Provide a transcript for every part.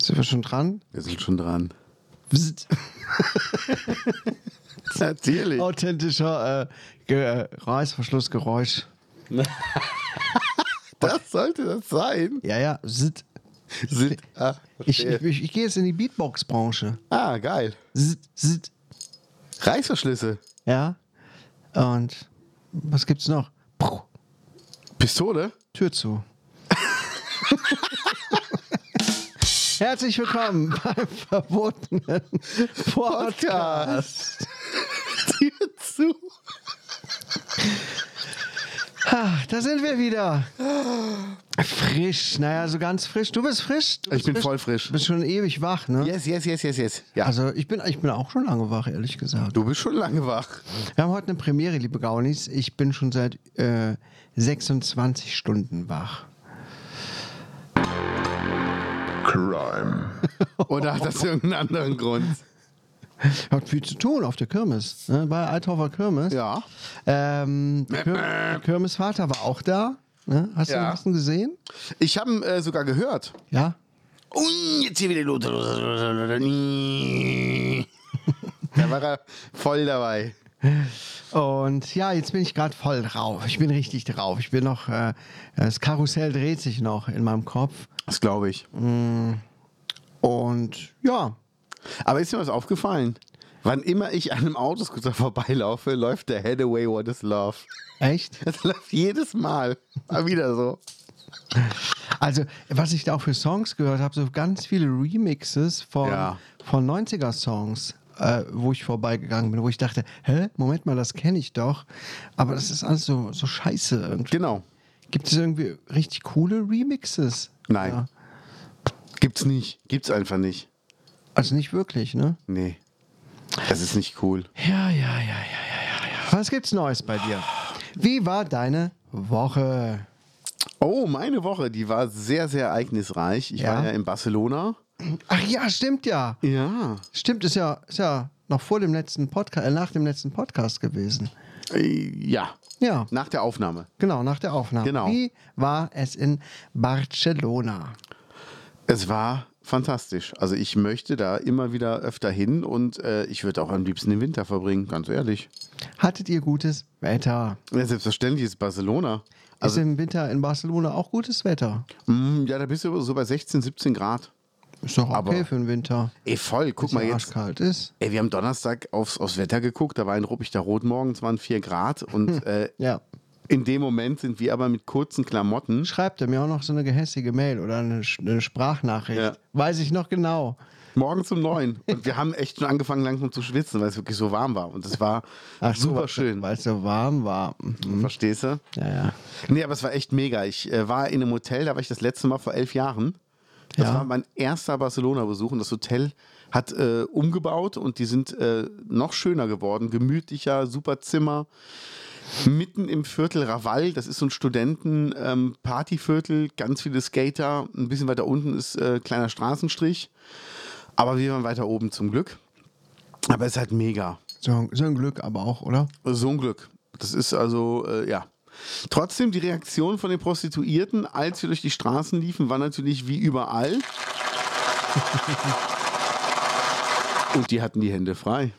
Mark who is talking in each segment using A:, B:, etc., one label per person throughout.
A: Sind wir schon dran?
B: Wir sind schon dran.
A: Bzzzt.
B: Natürlich.
A: Authentischer äh, Ge äh, Reißverschlussgeräusch.
B: Das sollte das sein.
A: Ja, ja. Bzzzt.
B: Sind, ah,
A: Ich, ich,
B: verstehe.
A: ich, ich gehe jetzt in die Beatbox-Branche.
B: ah, geil.
A: Bzzzt, bzzzt.
B: Reißverschlüsse.
A: Ja. Und was gibt's noch? Puh,
B: Pistole.
A: Tür zu. Herzlich willkommen beim verbotenen Podcast.
B: Podcast. Tür zu.
A: Ah, Da sind wir wieder. Frisch, naja, so ganz frisch. Du bist frisch? Du
B: Ich
A: bist
B: bin voll frisch.
A: Du bist schon ewig wach, ne?
B: Yes, yes, yes, yes, yes. Ja.
A: Also ich bin, ich bin auch schon lange wach, ehrlich gesagt.
B: du bist schon lange wach.
A: Wir haben heute eine Premiere, liebe Gaunis. Ich bin schon seit äh, 26 Stunden wach.
B: Crime. Oder hat das irgendeinen anderen Grund?
A: Hat viel zu tun auf der Kirmes, ne? bei Althofer Kirmes.
B: Ja.
A: Ähm, der Kir der Kirmesvater war auch da. Ne? Hast du
B: Ja.
A: hast du ihn gesehen?
B: Ich habe ihn äh, sogar gehört.
A: Ja.
B: Und jetzt hier wieder los. Da war er voll dabei.
A: Und ja, jetzt bin ich gerade voll drauf. Ich bin richtig drauf. Ich bin noch, äh, das Karussell dreht sich noch in meinem Kopf.
B: Das glaube ich.
A: Und ja,
B: Aber ist mir was aufgefallen? Wann immer ich an einem Autoscooter vorbeilaufe, läuft der Hathaway What is Love.
A: echt?
B: Das läuft jedes Mal. Mal wieder so.
A: Also, was ich da auch für Songs gehört habe, so ganz viele Remixes von,
B: Ja.
A: von 90er-Songs, äh, wo ich vorbeigegangen bin, wo ich dachte, hä, Moment mal, das kenne ich doch. Aber das ist alles so, so scheiße irgendwie.
B: Genau.
A: Gibt es irgendwie richtig coole Remixes?
B: Nein.
A: Ja.
B: Gibt's nicht. Gibt's einfach nicht.
A: Also nicht wirklich, ne?
B: Nee. Das ist nicht cool.
A: Ja, ja, ja, ja, ja, ja, ja. Was gibt's Neues bei dir? Wie war deine Woche?
B: Oh, meine Woche, die war sehr, sehr ereignisreich. Ich
A: Ja.
B: war ja in Barcelona.
A: Ach ja, stimmt ja.
B: Ja.
A: Stimmt, ist ja, ist ja noch vor dem letzten Podcast, äh, nach dem letzten Podcast gewesen.
B: Äh, Ja.
A: Ja.
B: Nach der Aufnahme.
A: Genau, nach der Aufnahme.
B: Genau.
A: Wie war es in Barcelona?
B: Es war fantastisch. Also ich möchte da immer wieder öfter hin und äh, ich würde auch am liebsten den Winter verbringen, ganz ehrlich.
A: Hattet ihr gutes Wetter?
B: Ja, selbstverständlich ist Barcelona. Also,
A: ist im Winter in Barcelona auch gutes Wetter?
B: Mm, Ja, da bist du so bei 16, 17 Grad.
A: Ist doch okay
B: Aber-
A: für den Winter.
B: Ey, voll, guck mal
A: Wenn
B: jetzt.
A: arschkalt ist.
B: Ey, wir haben Donnerstag aufs, aufs Wetter geguckt, da war ein ruppichter Rot morgens, waren 4 Grad
A: Hm.
B: und äh,
A: Ja.
B: in dem Moment sind wir aber mit kurzen Klamotten.
A: Schreibt er mir auch noch so eine gehässige Mail oder eine, Sch- eine Sprachnachricht.
B: Ja.
A: Weiß ich noch genau.
B: Morgens um neun. Und wir haben echt schon angefangen langsam zu schwitzen, weil es wirklich so warm war. Und es war
A: so,
B: super
A: weil-
B: schön.
A: Weil es so warm war. Mhm.
B: Verstehst du?
A: Ja, ja.
B: Nee, aber es war echt mega. Ich äh, war in einem Hotel, da war ich das letzte Mal vor elf Jahren. Das
A: Ja.
B: war mein erster Barcelona-Besuch und das Hotel hat äh, umgebaut und die sind äh, noch schöner geworden, gemütlicher, super Zimmer. Mitten im Viertel Raval, das ist so ein Studenten-Partyviertel, ganz viele Skater. Ein bisschen weiter unten ist äh, kleiner Straßenstrich, aber wir waren weiter oben zum Glück. Aber es ist halt mega.
A: So, so ein Glück aber auch, oder?
B: So ein Glück. Das ist also, äh, ja. Trotzdem, die Reaktion von den Prostituierten, als wir durch die Straßen liefen, war natürlich wie überall. Und die hatten die Hände frei.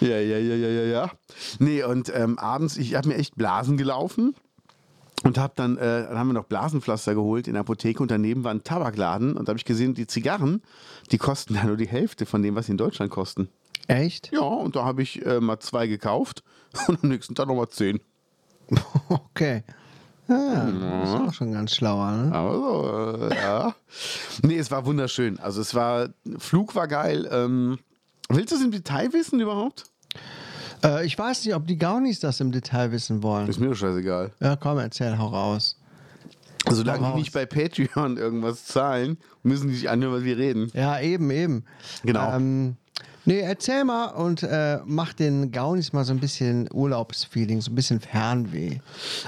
B: ja, ja, ja, ja, ja, ja. Nee, und ähm, abends, ich habe mir echt Blasen gelaufen. Und hab dann, äh, dann haben wir noch Blasenpflaster geholt in der Apotheke und daneben war ein Tabakladen und da habe ich gesehen, die Zigarren, die kosten da nur die Hälfte von dem, was sie in Deutschland kosten.
A: Echt?
B: Ja, und da habe ich äh, mal zwei gekauft und am nächsten Tag nochmal zehn.
A: Okay. Ja, das ist auch schon ganz schlauer, ne?
B: Aber so, äh, ja. Nee, es war wunderschön. Also es war, Flug war geil. Ähm, willst du es im Detail wissen überhaupt?
A: Äh, ich weiß nicht, ob die Gaunis das im Detail wissen wollen.
B: Ist mir doch scheißegal.
A: Ja, komm, erzähl, hau raus.
B: Also Solange
A: raus.
B: die nicht bei Patreon irgendwas zahlen, müssen die sich anhören, was wir reden.
A: Ja, eben, eben.
B: Genau.
A: Ähm, nee, erzähl mal und äh, mach den Gaunis mal so ein bisschen Urlaubsfeeling, so ein bisschen Fernweh.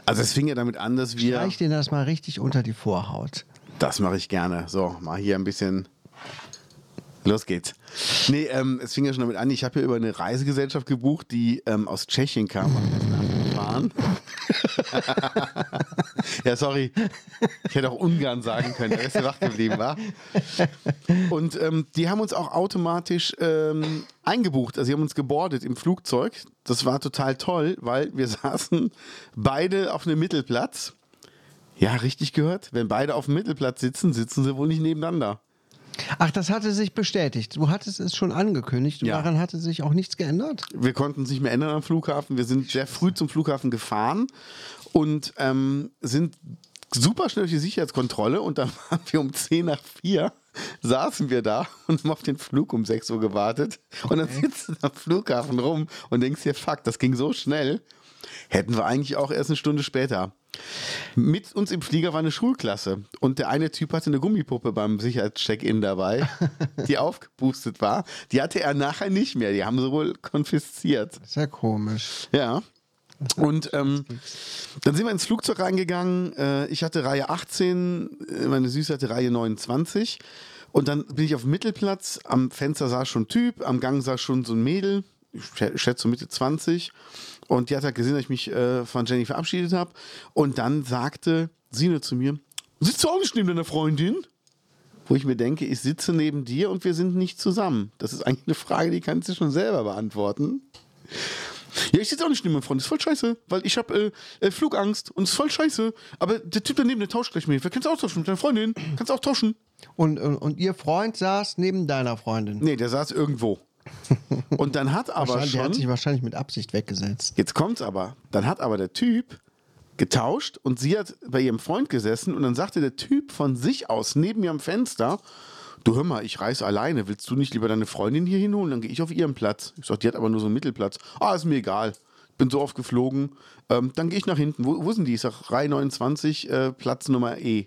B: Also es fing ja damit an, dass wir.
A: Reich den das mal richtig unter die Vorhaut.
B: Das mache ich gerne. So, mal hier ein bisschen. Los geht's. Nee, ähm, es fing ja schon damit an, ich habe hier über eine Reisegesellschaft gebucht, die ähm, aus Tschechien kam. und wir sind abgefahren. ja, sorry. Ich hätte auch Ungarn sagen können, der Rest wach geblieben war. Und ähm, die haben uns auch automatisch ähm, eingebucht. Also, sie haben uns gebordet im Flugzeug. Das war total toll, weil wir saßen beide auf einem Mittelplatz. Ja, richtig gehört. Wenn beide auf dem Mittelplatz sitzen, sitzen sie wohl nicht nebeneinander.
A: Ach, das hatte sich bestätigt. Du hattest es schon angekündigt und
B: Ja.
A: daran hatte sich auch nichts geändert.
B: Wir konnten es nicht mehr ändern am Flughafen. Wir sind sehr früh zum Flughafen gefahren und ähm, sind super schnell durch die Sicherheitskontrolle. Und dann waren wir um 10 nach 4, saßen wir da und haben auf den Flug um 6 Uhr gewartet. Und dann sitzt du am Flughafen rum und denkst dir, fuck, das ging so schnell. Hätten wir eigentlich auch erst eine Stunde später. Mit uns im Flieger war eine Schulklasse und der eine Typ hatte eine Gummipuppe beim Sicherheitscheck-In dabei, die aufgepustet war. Die hatte er nachher nicht mehr, die haben sie wohl konfisziert.
A: Sehr komisch.
B: Ja. Und ähm, dann sind wir ins Flugzeug reingegangen. Äh, ich hatte Reihe 18, äh, meine Süße hatte Reihe 29. Und dann bin ich auf dem Mittelplatz. Am Fenster saß schon ein Typ, am Gang saß schon so ein Mädel. Ich schä- schätze so Mitte 20. Und die hat halt gesehen, dass ich mich äh, von Jenny verabschiedet habe. Und dann sagte Sine zu mir: Sitzt du auch nicht neben deiner Freundin? Wo ich mir denke, ich sitze neben dir und wir sind nicht zusammen. Das ist eigentlich eine Frage, die kannst du schon selber beantworten. Ja, ich sitze auch nicht neben meinem Freund. Ist voll scheiße, weil ich habe äh, äh, Flugangst und ist voll scheiße. Aber der Typ daneben, der tauscht gleich mit. Wer kannst du auch tauschen? Mit deiner Freundin? Kannst du auch tauschen?
A: Und, und, und ihr Freund saß neben deiner Freundin.
B: Nee, der saß irgendwo. Und dann hat aber
A: Wahrscheinlich- der hat sich
B: schon.
A: wahrscheinlich mit Absicht weggesetzt.
B: Jetzt kommt's aber. Dann hat aber der Typ getauscht und sie hat bei ihrem Freund gesessen und dann sagte der Typ von sich aus neben mir am Fenster. Du hör mal, ich reise alleine. Willst du nicht lieber deine Freundin hier hinholen? Dann gehe ich auf ihren Platz. Ich sag, die hat aber nur so einen Mittelplatz. Ah, ist mir egal. Ich bin so oft geflogen. Ähm, dann gehe ich nach hinten. Wo, wo sind die? Ich sag, Reihe 29, äh, Platz Nummer E.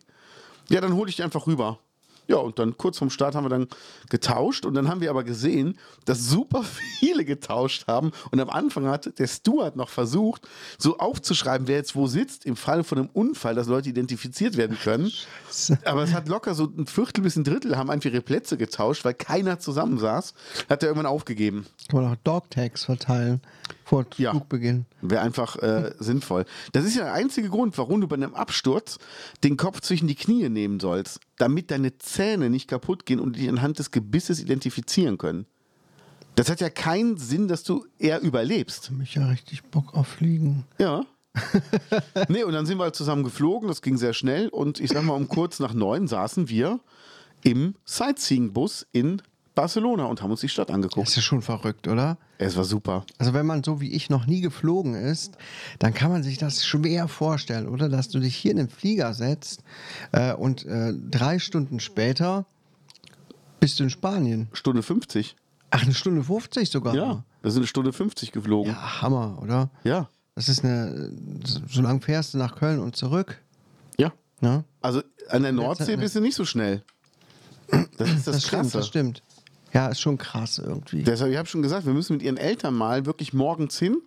B: Ja, dann hole ich die einfach rüber. Ja, und dann kurz vorm Start haben wir dann getauscht und dann haben wir aber gesehen, dass super viele getauscht haben und am Anfang hat der Stuart noch versucht, so aufzuschreiben, wer jetzt wo sitzt, im Falle von einem Unfall, dass Leute identifiziert werden können. Aber es hat locker so ein Viertel bis ein Drittel haben einfach ihre Plätze getauscht, weil keiner zusammensaß. Hat er irgendwann aufgegeben.
A: Kann man auch Dogtags verteilen vor
B: Ja.
A: Flugbeginn.
B: Wäre einfach äh, sinnvoll. Das ist ja der einzige Grund, warum du bei einem Absturz den Kopf zwischen die Knie nehmen sollst, damit deine Zähne nicht kaputt gehen und dich anhand des Gebisses identifizieren können. Das hat ja keinen Sinn, dass du eher überlebst.
A: Mich ja richtig Bock auf Fliegen.
B: Ja. nee, und dann sind wir halt zusammen geflogen, das ging sehr schnell und ich sag mal, um kurz nach neun saßen wir im Sightseeing-Bus in Barcelona und haben uns die Stadt angeguckt.
A: Ist ja schon verrückt, oder?
B: Es war super.
A: Also wenn man so wie ich noch nie geflogen ist, dann kann man sich das schwer vorstellen, oder? Dass du dich hier in den Flieger setzt äh, und äh, drei Stunden später bist du in Spanien.
B: Stunde 50.
A: Ach, eine Stunde 50 sogar.
B: Ja, wir sind eine Stunde 50 geflogen.
A: Ja, Hammer, oder?
B: Ja.
A: Das ist eine, so lang fährst du nach Köln und zurück.
B: Ja.
A: Ne?
B: Also an der Nordsee bist du nicht so schnell. Das ist das,
A: Das stimmt,
B: Krasse.
A: das stimmt. Ja, ist schon krass irgendwie.
B: Deshalb, ich habe schon gesagt, wir müssen mit ihren Eltern mal wirklich morgens hin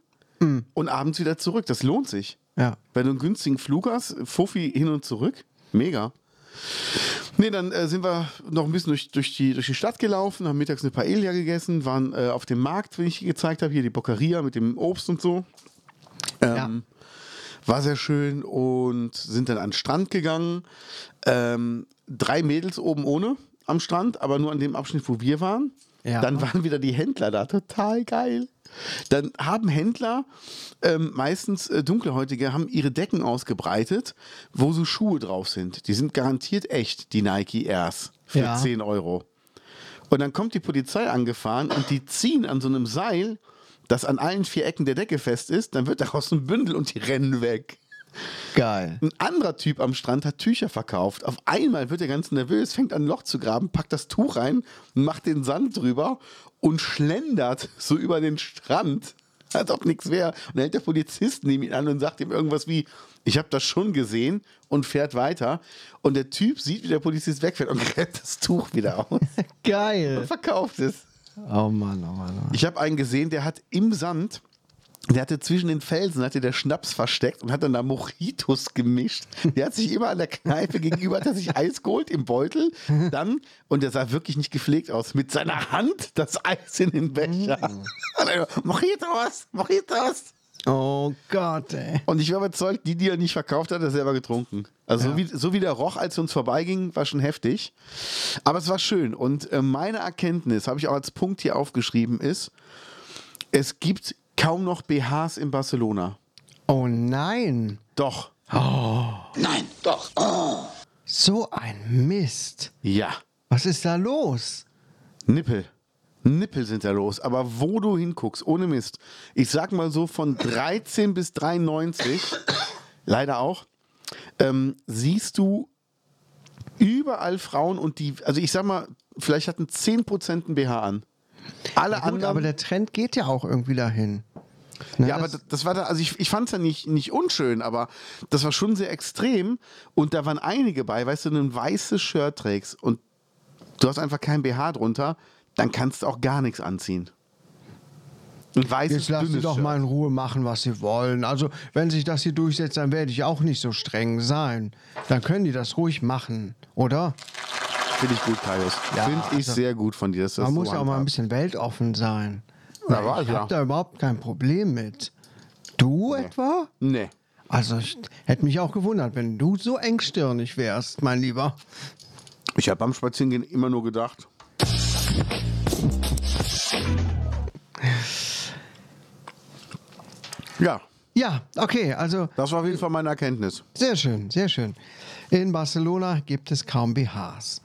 B: und abends wieder zurück. Das lohnt sich.
A: Mhm. Ja.
B: Wenn du einen günstigen Flug hast, Fuffi hin und zurück, mega. Nee, dann äh, sind wir noch ein bisschen durch, durch, die, durch die Stadt gelaufen, haben mittags eine Paella gegessen, waren äh, auf dem Markt, wenn ich gezeigt habe, hier die Boccheria mit dem Obst und so. Ähm, War sehr schön und sind dann an den Strand gegangen. Ähm, drei Mädels oben ohne am Strand, aber nur an dem Abschnitt, wo wir waren.
A: Ja.
B: Dann waren wieder die Händler da, total geil. Dann haben Händler, ähm, meistens äh, dunkelhäutige, haben ihre Decken ausgebreitet, wo so Schuhe drauf sind. Die sind garantiert echt, die Nike Airs, für
A: Ja.
B: 10 Euro. Und dann kommt die Polizei angefahren und die ziehen an so einem Seil, das an allen vier Ecken der Decke fest ist, dann wird daraus ein Bündel und die rennen weg.
A: Geil.
B: Ein anderer Typ am Strand hat Tücher verkauft. Auf einmal wird er ganz nervös, fängt an, ein Loch zu graben, packt das Tuch rein, macht den Sand drüber und schlendert so über den Strand. als ob nichts wäre. Und dann hält der Polizist neben ihn an und sagt ihm irgendwas wie, ich habe das schon gesehen und fährt weiter. Und der Typ sieht, wie der Polizist wegfährt und gräbt das Tuch wieder aus und
A: Geil.
B: verkauft es.
A: Oh Mann, oh Mann. Oh Mann.
B: Ich habe einen gesehen, der hat im Sand, der hatte zwischen den Felsen, hatte der Schnaps versteckt und hat dann da Mojitos gemischt. Der hat sich immer an der Kneipe gegenüber, hat er sich Eis geholt im Beutel, dann, und der sah wirklich nicht gepflegt aus, mit seiner Hand das Eis in den Becher. Und er immer, Mojitos, Mojitos.
A: Oh Gott, ey.
B: Und ich war überzeugt, die, die er nicht verkauft hat, hat er selber getrunken. Also so, wie, so wie der roch, als er uns vorbeiging, war schon heftig. Aber es war schön. Und äh, meine Erkenntnis, habe ich auch als Punkt hier aufgeschrieben, ist, es gibt kaum noch BHs in Barcelona.
A: Oh nein.
B: Doch.
C: Nein, doch. Oh.
A: So ein Mist.
B: Ja.
A: Was ist da los?
B: Nippel. Nippel sind da los. Aber wo du hinguckst, ohne Mist. Ich sag mal so von 13 bis 93, leider auch, ähm, siehst du überall Frauen und die, also ich sag mal, vielleicht hatten 10% ein BH an. Alle
A: Gut,
B: anderen.
A: aber der Trend geht ja auch irgendwie dahin. Ne?
B: ja, aber das, das war da, also ich, ich fand es ja nicht, nicht unschön, aber das war schon sehr extrem und da waren einige bei, weißt du, wenn du ein weißes Shirt trägst und du hast einfach kein BH drunter, dann kannst du auch gar nichts anziehen. Ein weißes,
A: Jetzt lass sie
B: dünnes
A: doch
B: Shirt.
A: mal in Ruhe machen, was sie wollen. Also, wenn sich das hier durchsetzt, dann werde ich auch nicht so streng sein. Dann können die das ruhig machen, oder?
B: Finde ich gut, Kaius.
A: Ja,
B: Finde ich
A: also-
B: sehr gut von dir, dass du das
A: Man
B: so
A: muss ja auch mal ein bisschen weltoffen sein.
B: Na, war
A: ich
B: ja.
A: habe da überhaupt kein Problem mit. Du etwa?
B: Nee.
A: Also, ich hätte mich auch gewundert, wenn du so engstirnig wärst, mein Lieber.
B: Ich habe beim Spazierengehen immer nur gedacht, ja,
A: Ja, okay, also
B: das war auf jeden Fall meine Erkenntnis.
A: Sehr schön, sehr schön. In Barcelona gibt es kaum BHs.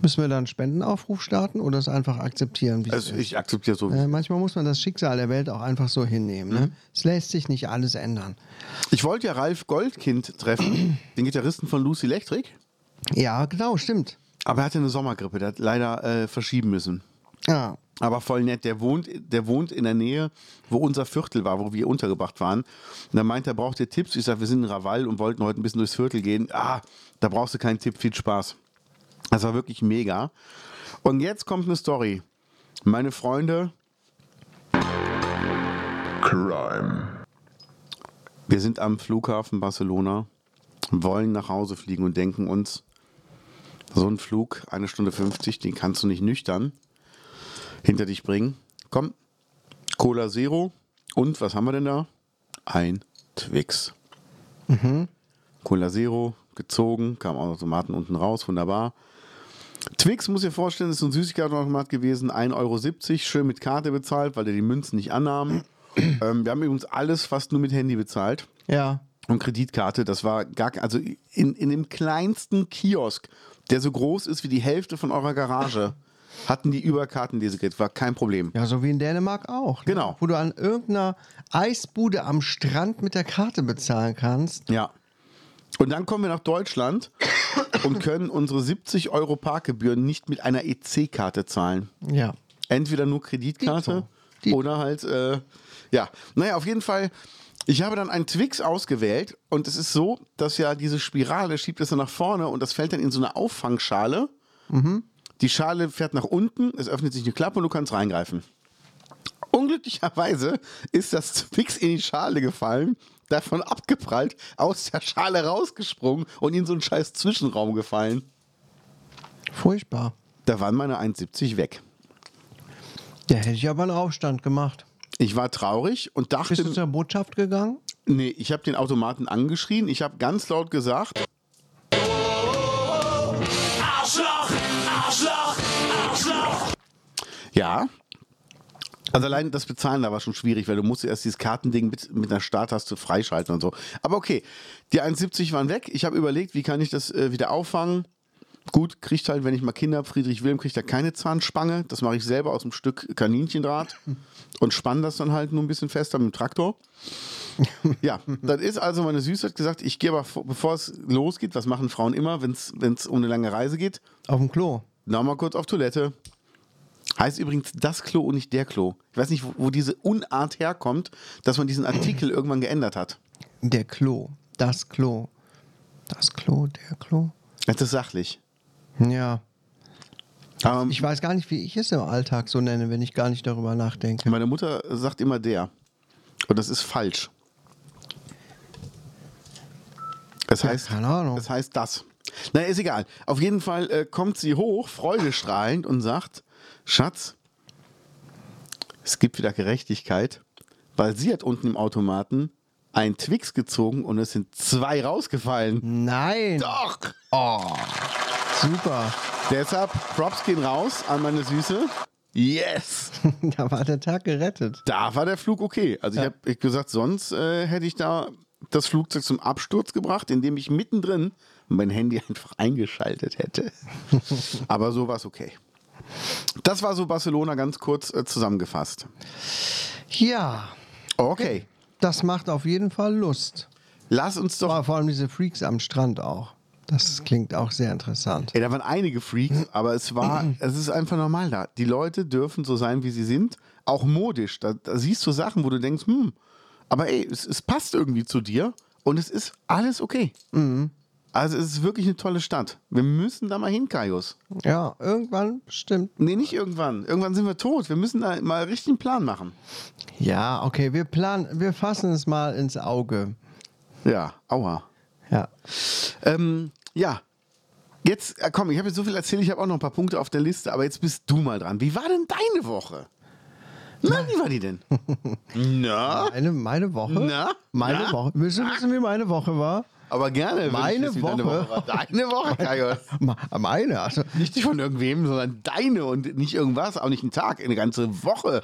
A: Müssen wir dann einen Spendenaufruf starten oder es einfach akzeptieren? Wie es
B: Also
A: ist?
B: ich akzeptiere so.
A: Äh, manchmal muss man das Schicksal der Welt auch einfach so hinnehmen.
B: Mhm.
A: Ne? Es lässt sich nicht alles ändern.
B: Ich wollte ja Ralf Goldkind treffen, den Gitarristen von Lucy Electric,
A: Ja, genau, stimmt.
B: aber er hatte eine Sommergrippe, der hat leider äh, verschieben müssen.
A: Ja,
B: Aber voll nett, der wohnt, der wohnt in der Nähe, wo unser Viertel war, wo wir untergebracht waren. Und dann meint er, braucht ihr Tipps? Ich sage, wir sind in Raval und wollten heute ein bisschen durchs Viertel gehen. Ah, da brauchst du keinen Tipp, viel Spaß. Das war wirklich mega. Und jetzt kommt eine Story. Meine Freunde,
D: Crime.
B: wir sind am Flughafen Barcelona, wollen nach Hause fliegen und denken uns, so ein Flug, eine Stunde 50, den kannst du nicht nüchtern hinter dich bringen. Komm, Cola Zero und was haben wir denn da? Ein Twix. Cola Zero gezogen, kam aus Automaten unten raus, wunderbar. Twix, muss ihr vorstellen, ist so ein Süßigkeitenautomat gewesen, 1,70 Euro, schön mit Karte bezahlt, weil er die Münzen nicht annahm. ähm, wir haben übrigens alles fast nur mit Handy bezahlt.
A: ja.
B: Und Kreditkarte, das war gar ke- also in, in dem kleinsten Kiosk, der so groß ist wie die Hälfte von eurer Garage, hatten die über Kartenlesegerät, war kein Problem.
A: Ja, so wie in Dänemark auch. Ne?
B: Genau.
A: Wo du an irgendeiner Eisbude am Strand mit der Karte bezahlen kannst.
B: Ja. Und dann kommen wir nach Deutschland und können unsere 70 Euro Parkgebühren nicht mit einer EC-Karte zahlen.
A: Ja.
B: Entweder nur Kreditkarte
A: Dito. Dito.
B: oder halt, äh, ja. Naja, auf jeden Fall, ich habe dann einen Twix ausgewählt und es ist so, dass ja diese Spirale schiebt es dann nach vorne und das fällt dann in so eine Auffangschale.
A: Mhm.
B: Die Schale fährt nach unten, es öffnet sich eine Klappe und du kannst reingreifen. Unglücklicherweise ist das Twix in die Schale gefallen, davon abgeprallt, aus der Schale rausgesprungen und in so einen scheiß Zwischenraum gefallen.
A: Furchtbar.
B: Da waren meine 1,70 weg.
A: Da hätte ich aber einen Aufstand gemacht.
B: Ich war traurig und dachte,
A: Bist du zur Botschaft gegangen?
B: Nee, ich habe den Automaten angeschrien. Ich habe ganz laut gesagt. Ja. Also allein das Bezahlen da war schon schwierig, weil du musst erst dieses Kartending mit, mit einer Starttaste freischalten und so. Aber okay, die 1,70 waren weg. Ich habe überlegt, wie kann ich das äh, wieder auffangen. Gut, kriegt halt, wenn ich mal Kinder habe, Friedrich Wilhelm kriegt da keine Zahnspange. Das mache ich selber aus einem Stück Kaninchendraht und spann das dann halt nur ein bisschen fester mit dem Traktor. Ja, das ist also meine Süße hat gesagt, ich gehe aber, vor- bevor es losgeht, was machen Frauen immer, wenn es um eine lange Reise geht,
A: Auf dem Klo.
B: nochmal kurz auf Toilette. Heißt übrigens das Klo und nicht der Klo. Ich weiß nicht, wo, wo diese Unart herkommt, dass man diesen Artikel irgendwann geändert hat.
A: Der Klo. Das Klo. Das Klo, der Klo.
B: Das ist sachlich. Ähm,
A: Ja.
B: Aber
A: Ich weiß gar nicht, wie ich es im Alltag so nenne, wenn ich gar nicht darüber nachdenke.
B: meine Mutter sagt immer der. Und das ist falsch. Das
A: Ja,
B: heißt,
A: keine Ahnung.
B: Das heißt das. Na, ist egal. Auf jeden Fall äh, kommt sie hoch, freudestrahlend und sagt: Schatz, es gibt wieder Gerechtigkeit, weil sie hat unten im Automaten einen Twix gezogen und es sind zwei rausgefallen.
A: Nein.
B: Doch!
A: Super.
B: Deshalb Props gehen raus an meine Süße. Yes!
A: da war der Tag gerettet.
B: Da war der Flug okay. Also ich habe gesagt, sonst äh, hätte ich da das Flugzeug zum Absturz gebracht, indem ich mittendrin mein Handy einfach eingeschaltet hätte. Aber so war es okay. Das war so Barcelona ganz kurz äh, zusammengefasst.
A: Ja.
B: Okay,
A: Das macht auf jeden Fall Lust.
B: lass uns doch.
A: Aber vor allem diese Freaks am Strand auch. Das klingt auch sehr interessant.
B: Ey, da waren einige Freaks, aber es war, es ist einfach normal da. Die Leute dürfen so sein, wie sie sind, auch modisch. Da, da siehst du Sachen, wo du denkst, hm, aber ey, es, es passt irgendwie zu dir und es ist alles okay. Also es ist wirklich eine tolle Stadt. Wir müssen da mal hin, Kaius.
A: Ja, irgendwann bestimmt.
B: Nee, nicht irgendwann. Irgendwann sind wir tot. Wir müssen da mal richtig einen Plan machen.
A: Ja, okay, wir planen, wir fassen es mal ins Auge.
B: Ja, aua.
A: Ja.
B: Ähm, ja. Jetzt, äh, komm, ich habe jetzt so viel erzählt, ich habe auch noch ein paar Punkte auf der Liste, aber jetzt bist du mal dran. Wie war denn deine Woche? Na, wie war die denn? Na?
A: Meine, meine Woche?
B: Na?
A: Meine
B: Na?
A: Woche. Willst du wissen, wie meine Woche war?
B: Aber gerne. würd ich
A: Meine
B: wissen, wie Deine
A: Woche.
B: Woche, war. Deine Woche Kaios.
A: Me- Meine, also
B: Nicht die von irgendwem, sondern deine und nicht irgendwas, auch nicht einen Tag, eine ganze Woche.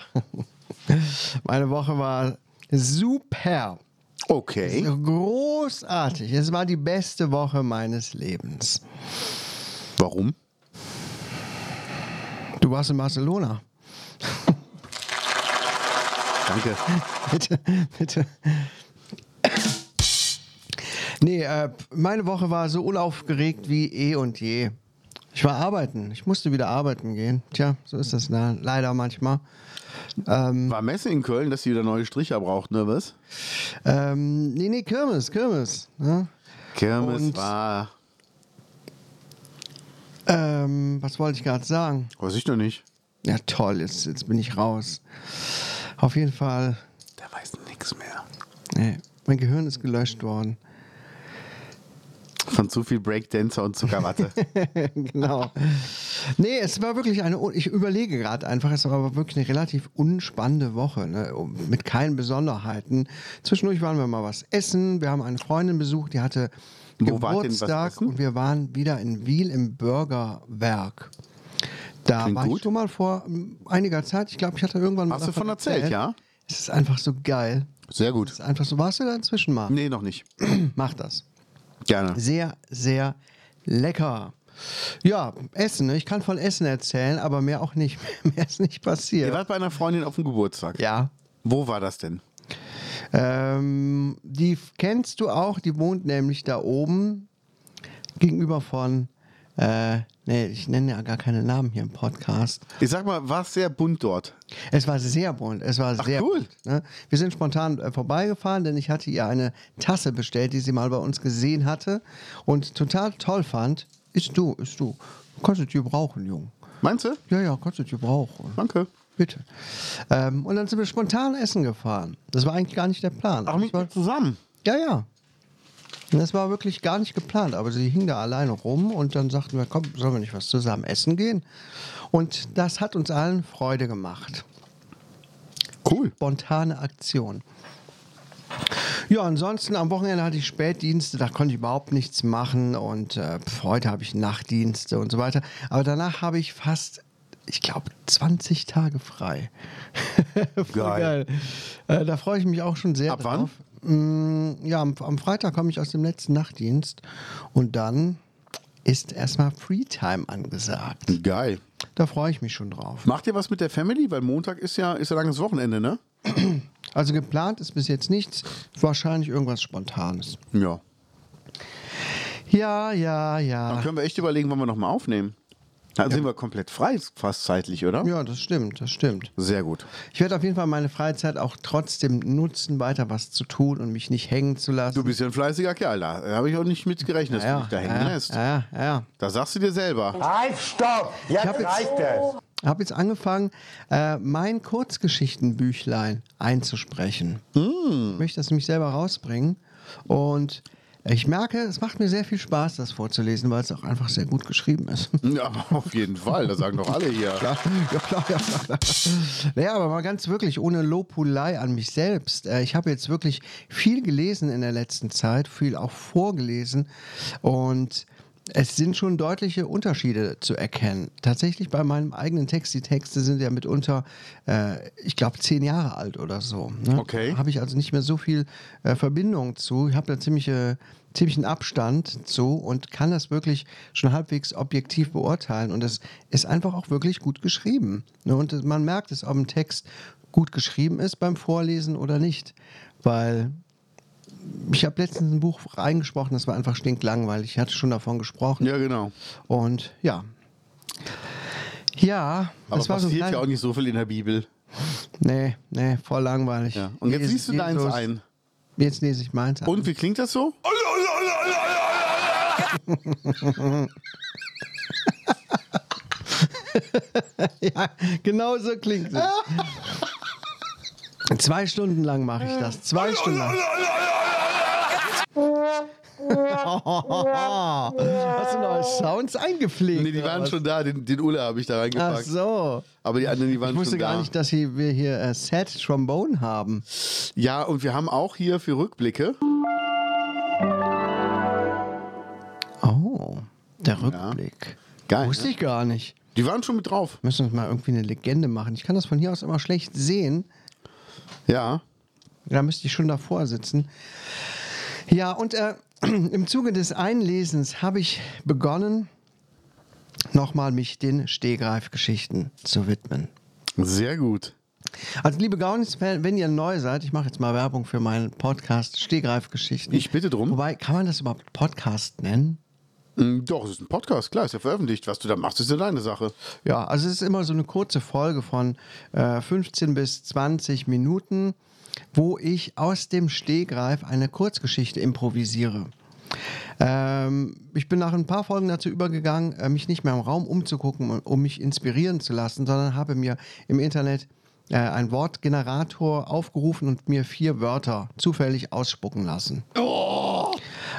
A: meine Woche war super.
B: Okay.
A: Großartig. Es war die beste Woche meines Lebens.
B: Warum?
A: Du warst in Barcelona.
B: Danke.
A: bitte, bitte. Nee, äh, meine Woche war so unaufgeregt wie eh und je. Ich war arbeiten. Ich musste wieder arbeiten gehen. Tja, so ist das na, leider manchmal.
B: War Messe in Köln, dass sie wieder neue Stricher braucht, ne, was?
A: Ähm, nee, nee, Kirmes, Kirmes. Ne?
B: Kirmes
A: Und-
B: war.
A: Ähm, was wollte ich gerade sagen?
B: Weiß ich noch nicht.
A: Ja, toll, jetzt, jetzt bin ich raus. Auf jeden Fall,
B: Der weiß nichts mehr.
A: nee, mein Gehirn ist gelöscht worden.
B: Von zu viel Breakdancer und Zuckerwatte.
A: genau. Nee, es war wirklich eine, un- ich überlege gerade einfach, es war aber wirklich eine relativ unspannende Woche, ne? um- mit keinen Besonderheiten. Zwischendurch waren wir mal was essen, wir haben eine Freundin besucht, die hatte
B: Wo wart ihr denn was
A: Geburtstag
B: essen?
A: und wir waren wieder in Wiel im Burgerwerk. Da
B: Klingt
A: war
B: gut.
A: ich schon mal vor ähm, einiger Zeit, ich glaube, ich hatte irgendwann mal
B: Hast du von erzählt, ja?
A: Es ist einfach so geil.
B: Sehr
A: Es
B: gut.
A: ist einfach so, warst du da inzwischen mal?
B: Nee, noch nicht.
A: Mach das.
B: Gerne.
A: Sehr, sehr lecker. Ja, Essen. ne? Ich kann von Essen erzählen, aber mehr auch nicht. Mehr ist nicht
B: Ihr
A: passiert.
B: wart bei einer Freundin auf dem Geburtstag.
A: Ja.
B: Wo war das denn?
A: Ähm, die f- kennst du auch. Die wohnt nämlich da oben gegenüber von. Äh, nee, ich nenne ja gar keine Namen hier im Podcast.
B: Ich sag mal, war es sehr bunt dort?
A: Es war sehr bunt. Es war sehr
B: cool.
A: bunt. Ne? Wir sind spontan äh, vorbeigefahren, denn ich hatte ihr eine Tasse bestellt, die sie mal bei uns gesehen hatte und total toll fand. Ist du, ist du. Kostet ihr brauchen, Jung.
B: Meinst du?
A: Ja, ja, kostet ihr brauchen.
B: Danke.
A: Bitte. Ähm, und dann sind wir spontan essen gefahren. Das war eigentlich gar nicht der Plan.
B: Ach, mit
A: Das war,
B: mir zusammen.
A: ja, ja. Und Das war wirklich gar nicht geplant, aber sie hing da alleine rum und dann sagten wir, komm, sollen wir nicht was zusammen essen gehen? Und das hat uns allen Freude gemacht
B: Cool.
A: spontane Aktion. Ja, ansonsten am Wochenende hatte ich Spätdienste, da konnte ich überhaupt nichts machen und äh, pf, heute habe ich Nachtdienste und so weiter. Aber danach habe ich fast, ich glaube, 20 Tage frei. Voll
B: Geil.
A: geil. Äh, da freue ich mich auch schon sehr
B: Ab
A: drauf. Mm, ja, am, am Freitag komme ich aus dem letzten Nachtdienst und dann ist erstmal Freetime angesagt.
B: Geil.
A: Da freue ich mich schon drauf.
B: Macht ihr was mit der Family? Weil Montag ist ja, ist ja langes Wochenende, ne?
A: Also geplant ist bis jetzt nichts, wahrscheinlich irgendwas Spontanes.
B: Ja.
A: Ja, ja, ja. Ah.
B: Dann können wir echt überlegen, wann wir nochmal aufnehmen. Da sind wir komplett frei, fast zeitlich, oder?
A: Ja, das stimmt, das stimmt.
B: Sehr gut.
A: Ich werde auf jeden Fall meine Freizeit auch trotzdem nutzen, weiter was zu tun und mich nicht hängen zu lassen.
B: Du bist ja ein fleißiger Kerl da. Da habe ich auch nicht mit gerechnet, dass du dich da hängen
A: ja,
B: lässt.
A: ja, ja, ja.
B: Da sagst du dir selber.
E: Halt, stopp! Jetzt
A: hab jetzt-
E: reicht es!
A: Habe jetzt angefangen, äh, mein Kurzgeschichtenbüchlein einzusprechen.
B: Hm.
A: Ich möchte das nämlich selber rausbringen. Und ich merke, es macht mir sehr viel Spaß, das vorzulesen, weil es auch einfach sehr gut geschrieben ist.
B: Ja, aber auf jeden Fall. Das sagen doch alle hier.
A: Ja, ja, klar, ja, klar, klar. Naja, aber mal ganz wirklich, ohne Lobhulei an mich selbst. Äh, Ich habe jetzt wirklich viel gelesen in der letzten Zeit, viel auch vorgelesen und es sind schon deutliche Unterschiede zu erkennen. Tatsächlich bei meinem eigenen Text, die Texte sind ja mitunter, äh, ich glaube, zehn Jahre alt oder so. Ne?
B: Okay.
A: Habe ich also nicht mehr so viel äh, Verbindung zu. Ich habe da ziemliche, ziemlichen Abstand zu und kann das wirklich schon halbwegs objektiv beurteilen. Und es ist einfach auch wirklich gut geschrieben. Ne? Und man merkt es, ob ein Text gut geschrieben ist beim Vorlesen oder nicht. Weil ich habe letztens ein Buch reingesprochen, das war einfach stinklangweilig. Ich hatte schon davon gesprochen.
B: Ja, genau.
A: Und ja. Ja,
B: Aber
A: das war so
B: passiert
A: klein-
B: ja auch nicht so viel in der Bibel.
A: Nee, nee, voll langweilig.
B: Ja. Und jetzt
A: Lesen
B: siehst du
A: geht
B: deins
A: los.
B: ein.
A: Jetzt lese ich meins ein.
B: Und wie klingt das so?
A: Ja, genau so klingt es. Zwei Stunden lang mache ich das. Zwei Stunden lang. Hast du noch Sounds eingepflegt?
B: Nee, die
A: oder
B: waren
A: was?
B: schon da. Den, den Ulla habe ich da
A: Ach
B: reingepackt.
A: so.
B: Aber die anderen, die waren
A: Ich wusste
B: schon
A: gar
B: da.
A: nicht, dass hier, wir hier äh, Set Trombone haben.
B: Ja, und wir haben auch hier für Rückblicke.
A: Oh, der Rückblick.
B: Geil,
A: Wusste
B: ne?
A: ich gar nicht.
B: Die waren schon mit drauf.
A: Müssen wir mal irgendwie eine Legende machen. Ich kann das von hier aus immer schlecht sehen.
B: Ja.
A: Da müsste ich schon davor sitzen. Ja, und äh, im Zuge des Einlesens habe ich begonnen, nochmal mich den Stehgreifgeschichten zu widmen.
B: Sehr gut.
A: Also, liebe Gaunis, wenn ihr neu seid, ich mache jetzt mal Werbung für meinen Podcast Stehgreifgeschichten.
B: Ich bitte drum.
A: Wobei, kann man das überhaupt Podcast nennen?
B: Mm, Doch, es ist ein Podcast, klar, ist ja veröffentlicht. Was du da machst, ist ja deine Sache.
A: Ja, also es ist immer so eine kurze Folge von äh, 15 bis 20 Minuten, wo ich aus dem Stehgreif eine Kurzgeschichte improvisiere. Ähm, ich bin nach ein paar Folgen dazu übergegangen, äh, mich nicht mehr im Raum umzugucken, und- um mich inspirieren zu lassen, sondern habe mir im Internet äh, einen Wortgenerator aufgerufen und mir vier Wörter zufällig ausspucken lassen.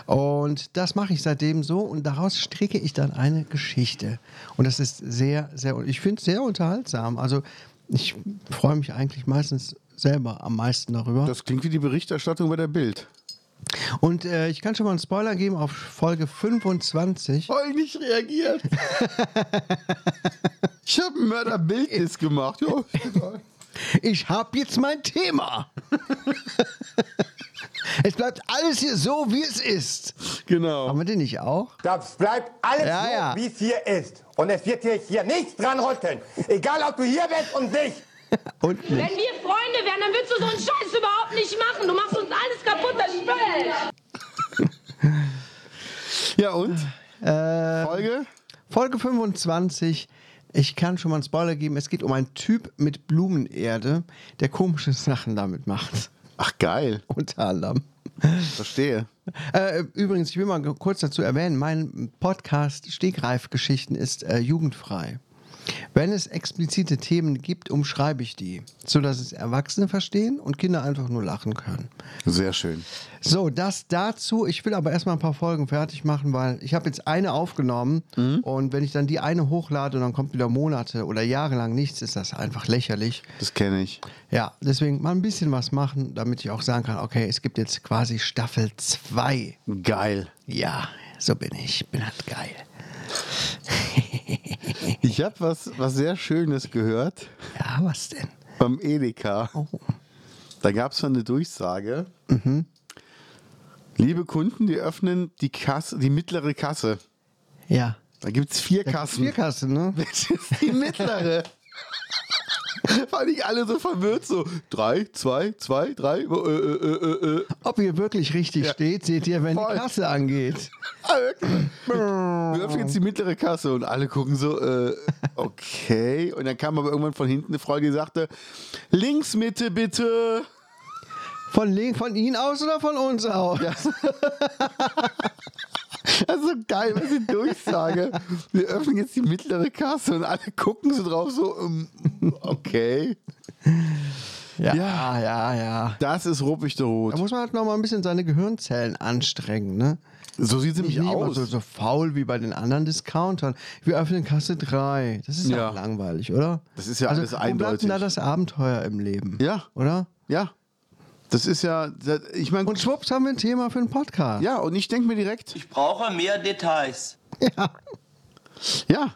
A: Und das mache ich seitdem so und daraus stricke ich dann eine Geschichte. Und das ist sehr, sehr, ich finde es sehr unterhaltsam. Also ich freue mich eigentlich meistens selber am meisten darüber.
B: Das klingt wie die Berichterstattung bei der Bild.
A: und äh, ich kann schon mal einen Spoiler geben auf Folge 25.
B: Voll nicht reagiert. ich habe ein Mörderbildnis gemacht. Ja, ist egal.
A: Ich habe jetzt mein Thema. es bleibt alles hier so, wie es ist. Haben
B: genau.
A: wir den nicht auch?
E: Das bleibt alles
A: Ja,
E: so,
A: ja.
E: wie es hier ist. Und es wird hier, hier nichts dran rütteln. Egal, ob du hier bist und nicht.
A: Und nicht.
F: Wenn wir Freunde wären, dann würdest du so einen Scheiß überhaupt nicht machen. Du machst uns alles kaputt, das Spiel.
B: Ja, und?
A: Äh,
B: Folge?
A: Folge 25. Ich kann schon mal einen Spoiler geben. Es geht um einen Typ mit Blumenerde, der komische Sachen damit macht.
B: Ach, geil.
A: Unter anderem.
B: Verstehe.
A: Äh, übrigens, ich will mal kurz dazu erwähnen, mein Podcast Stegreifgeschichten ist äh, jugendfrei. Wenn es explizite Themen gibt, umschreibe ich die, sodass es Erwachsene verstehen und Kinder einfach nur lachen können.
B: Sehr schön.
A: So, das dazu. Ich will aber erstmal ein paar Folgen fertig machen, weil ich habe jetzt eine aufgenommen
B: Mhm.
A: und wenn ich dann die eine hochlade und dann kommt wieder Monate oder jahrelang nichts, ist das einfach lächerlich.
B: Das kenne ich.
A: Ja, deswegen mal ein bisschen was machen, damit ich auch sagen kann, okay, es gibt jetzt quasi Staffel 2.
B: Geil.
A: Ja, so bin ich. Bin halt geil.
B: Ich habe was, was sehr Schönes gehört
A: Ja, was denn?
B: beim Edeka. Da gab es eine Durchsage. Liebe Kunden, die öffnen die Kasse, die mittlere Kasse.
A: Ja.
B: Da gibt es vier Kassen.
A: Vierkassen, ne?
B: Das ist die mittlere. Fand ich alle so verwirrt, so drei, zwei, zwei, drei. Äh, äh, äh, äh.
A: Ob ihr wirklich richtig steht, seht ihr, wenn
B: Voll.
A: die Kasse angeht.
B: Wirf jetzt die mittlere Kasse und alle gucken so, äh, okay. Und dann kam aber irgendwann von hinten eine Frau, die sagte, links Mitte bitte.
A: Von, links- von Ihnen aus oder von uns aus?
B: Das ist so geil, was ich durchsage. Wir öffnen jetzt die mittlere Kasse und alle gucken so drauf, so, ähm, okay.
A: Ja, ja, ja.
B: Das ist ruppig der
A: Da
B: Rot.
A: muss man halt noch mal ein bisschen seine Gehirnzellen anstrengen, ne?
B: So sieht sie mich
A: nicht immer
B: aus.
A: so, so faul wie bei den anderen Discountern. Wir öffnen Kasse 3. Das ist
B: Ja.
A: ja langweilig, oder? Also,
B: Das ist ja alles
A: Wo bleibt
B: eindeutig.
A: denn da das Abenteuer im Leben?
B: Ja.
A: Oder?
B: Ja. Das ist ja, das- ich meine,
A: Und schwupps haben wir ein Thema für einen Podcast.
B: ja, und ich denke mir direkt,
G: Ich brauche mehr Details.
B: ja.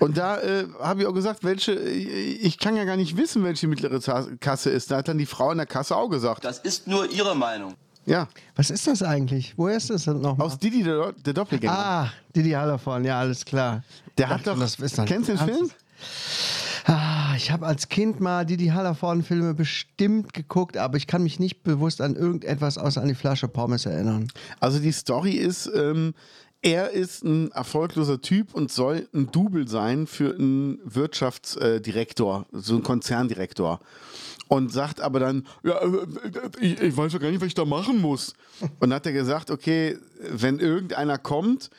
B: Und da äh, habe ich auch gesagt, welche, äh, ich kann ja gar nicht wissen, welche mittlere Ta- Kasse ist. Da hat dann die Frau in der Kasse auch gesagt.
G: Das ist nur Ihre Meinung.
B: Ja.
A: Was ist das eigentlich? Woher ist das denn nochmal?
B: Aus Didi, der, Do- der Doppelgänger.
A: Ah, Didi Hallerforn, ja, alles klar.
B: der
A: Ach,
B: hat doch,
A: das ist doch
B: kennst du den
A: nicht
B: Film?
A: ernst. Ah, ich habe als Kind mal Didi Hallerforn-Filme bestimmt geguckt, aber ich kann mich nicht bewusst an irgendetwas außer an die Flasche Pommes erinnern.
B: Also die Story ist, ähm, er ist ein erfolgloser Typ und soll ein Double sein für einen Wirtschaftsdirektor, so einen Konzerndirektor. Und sagt aber dann, ja, äh, äh, ich, ich weiß ja gar nicht, was ich da machen muss. Und hat er gesagt, okay, wenn irgendeiner kommt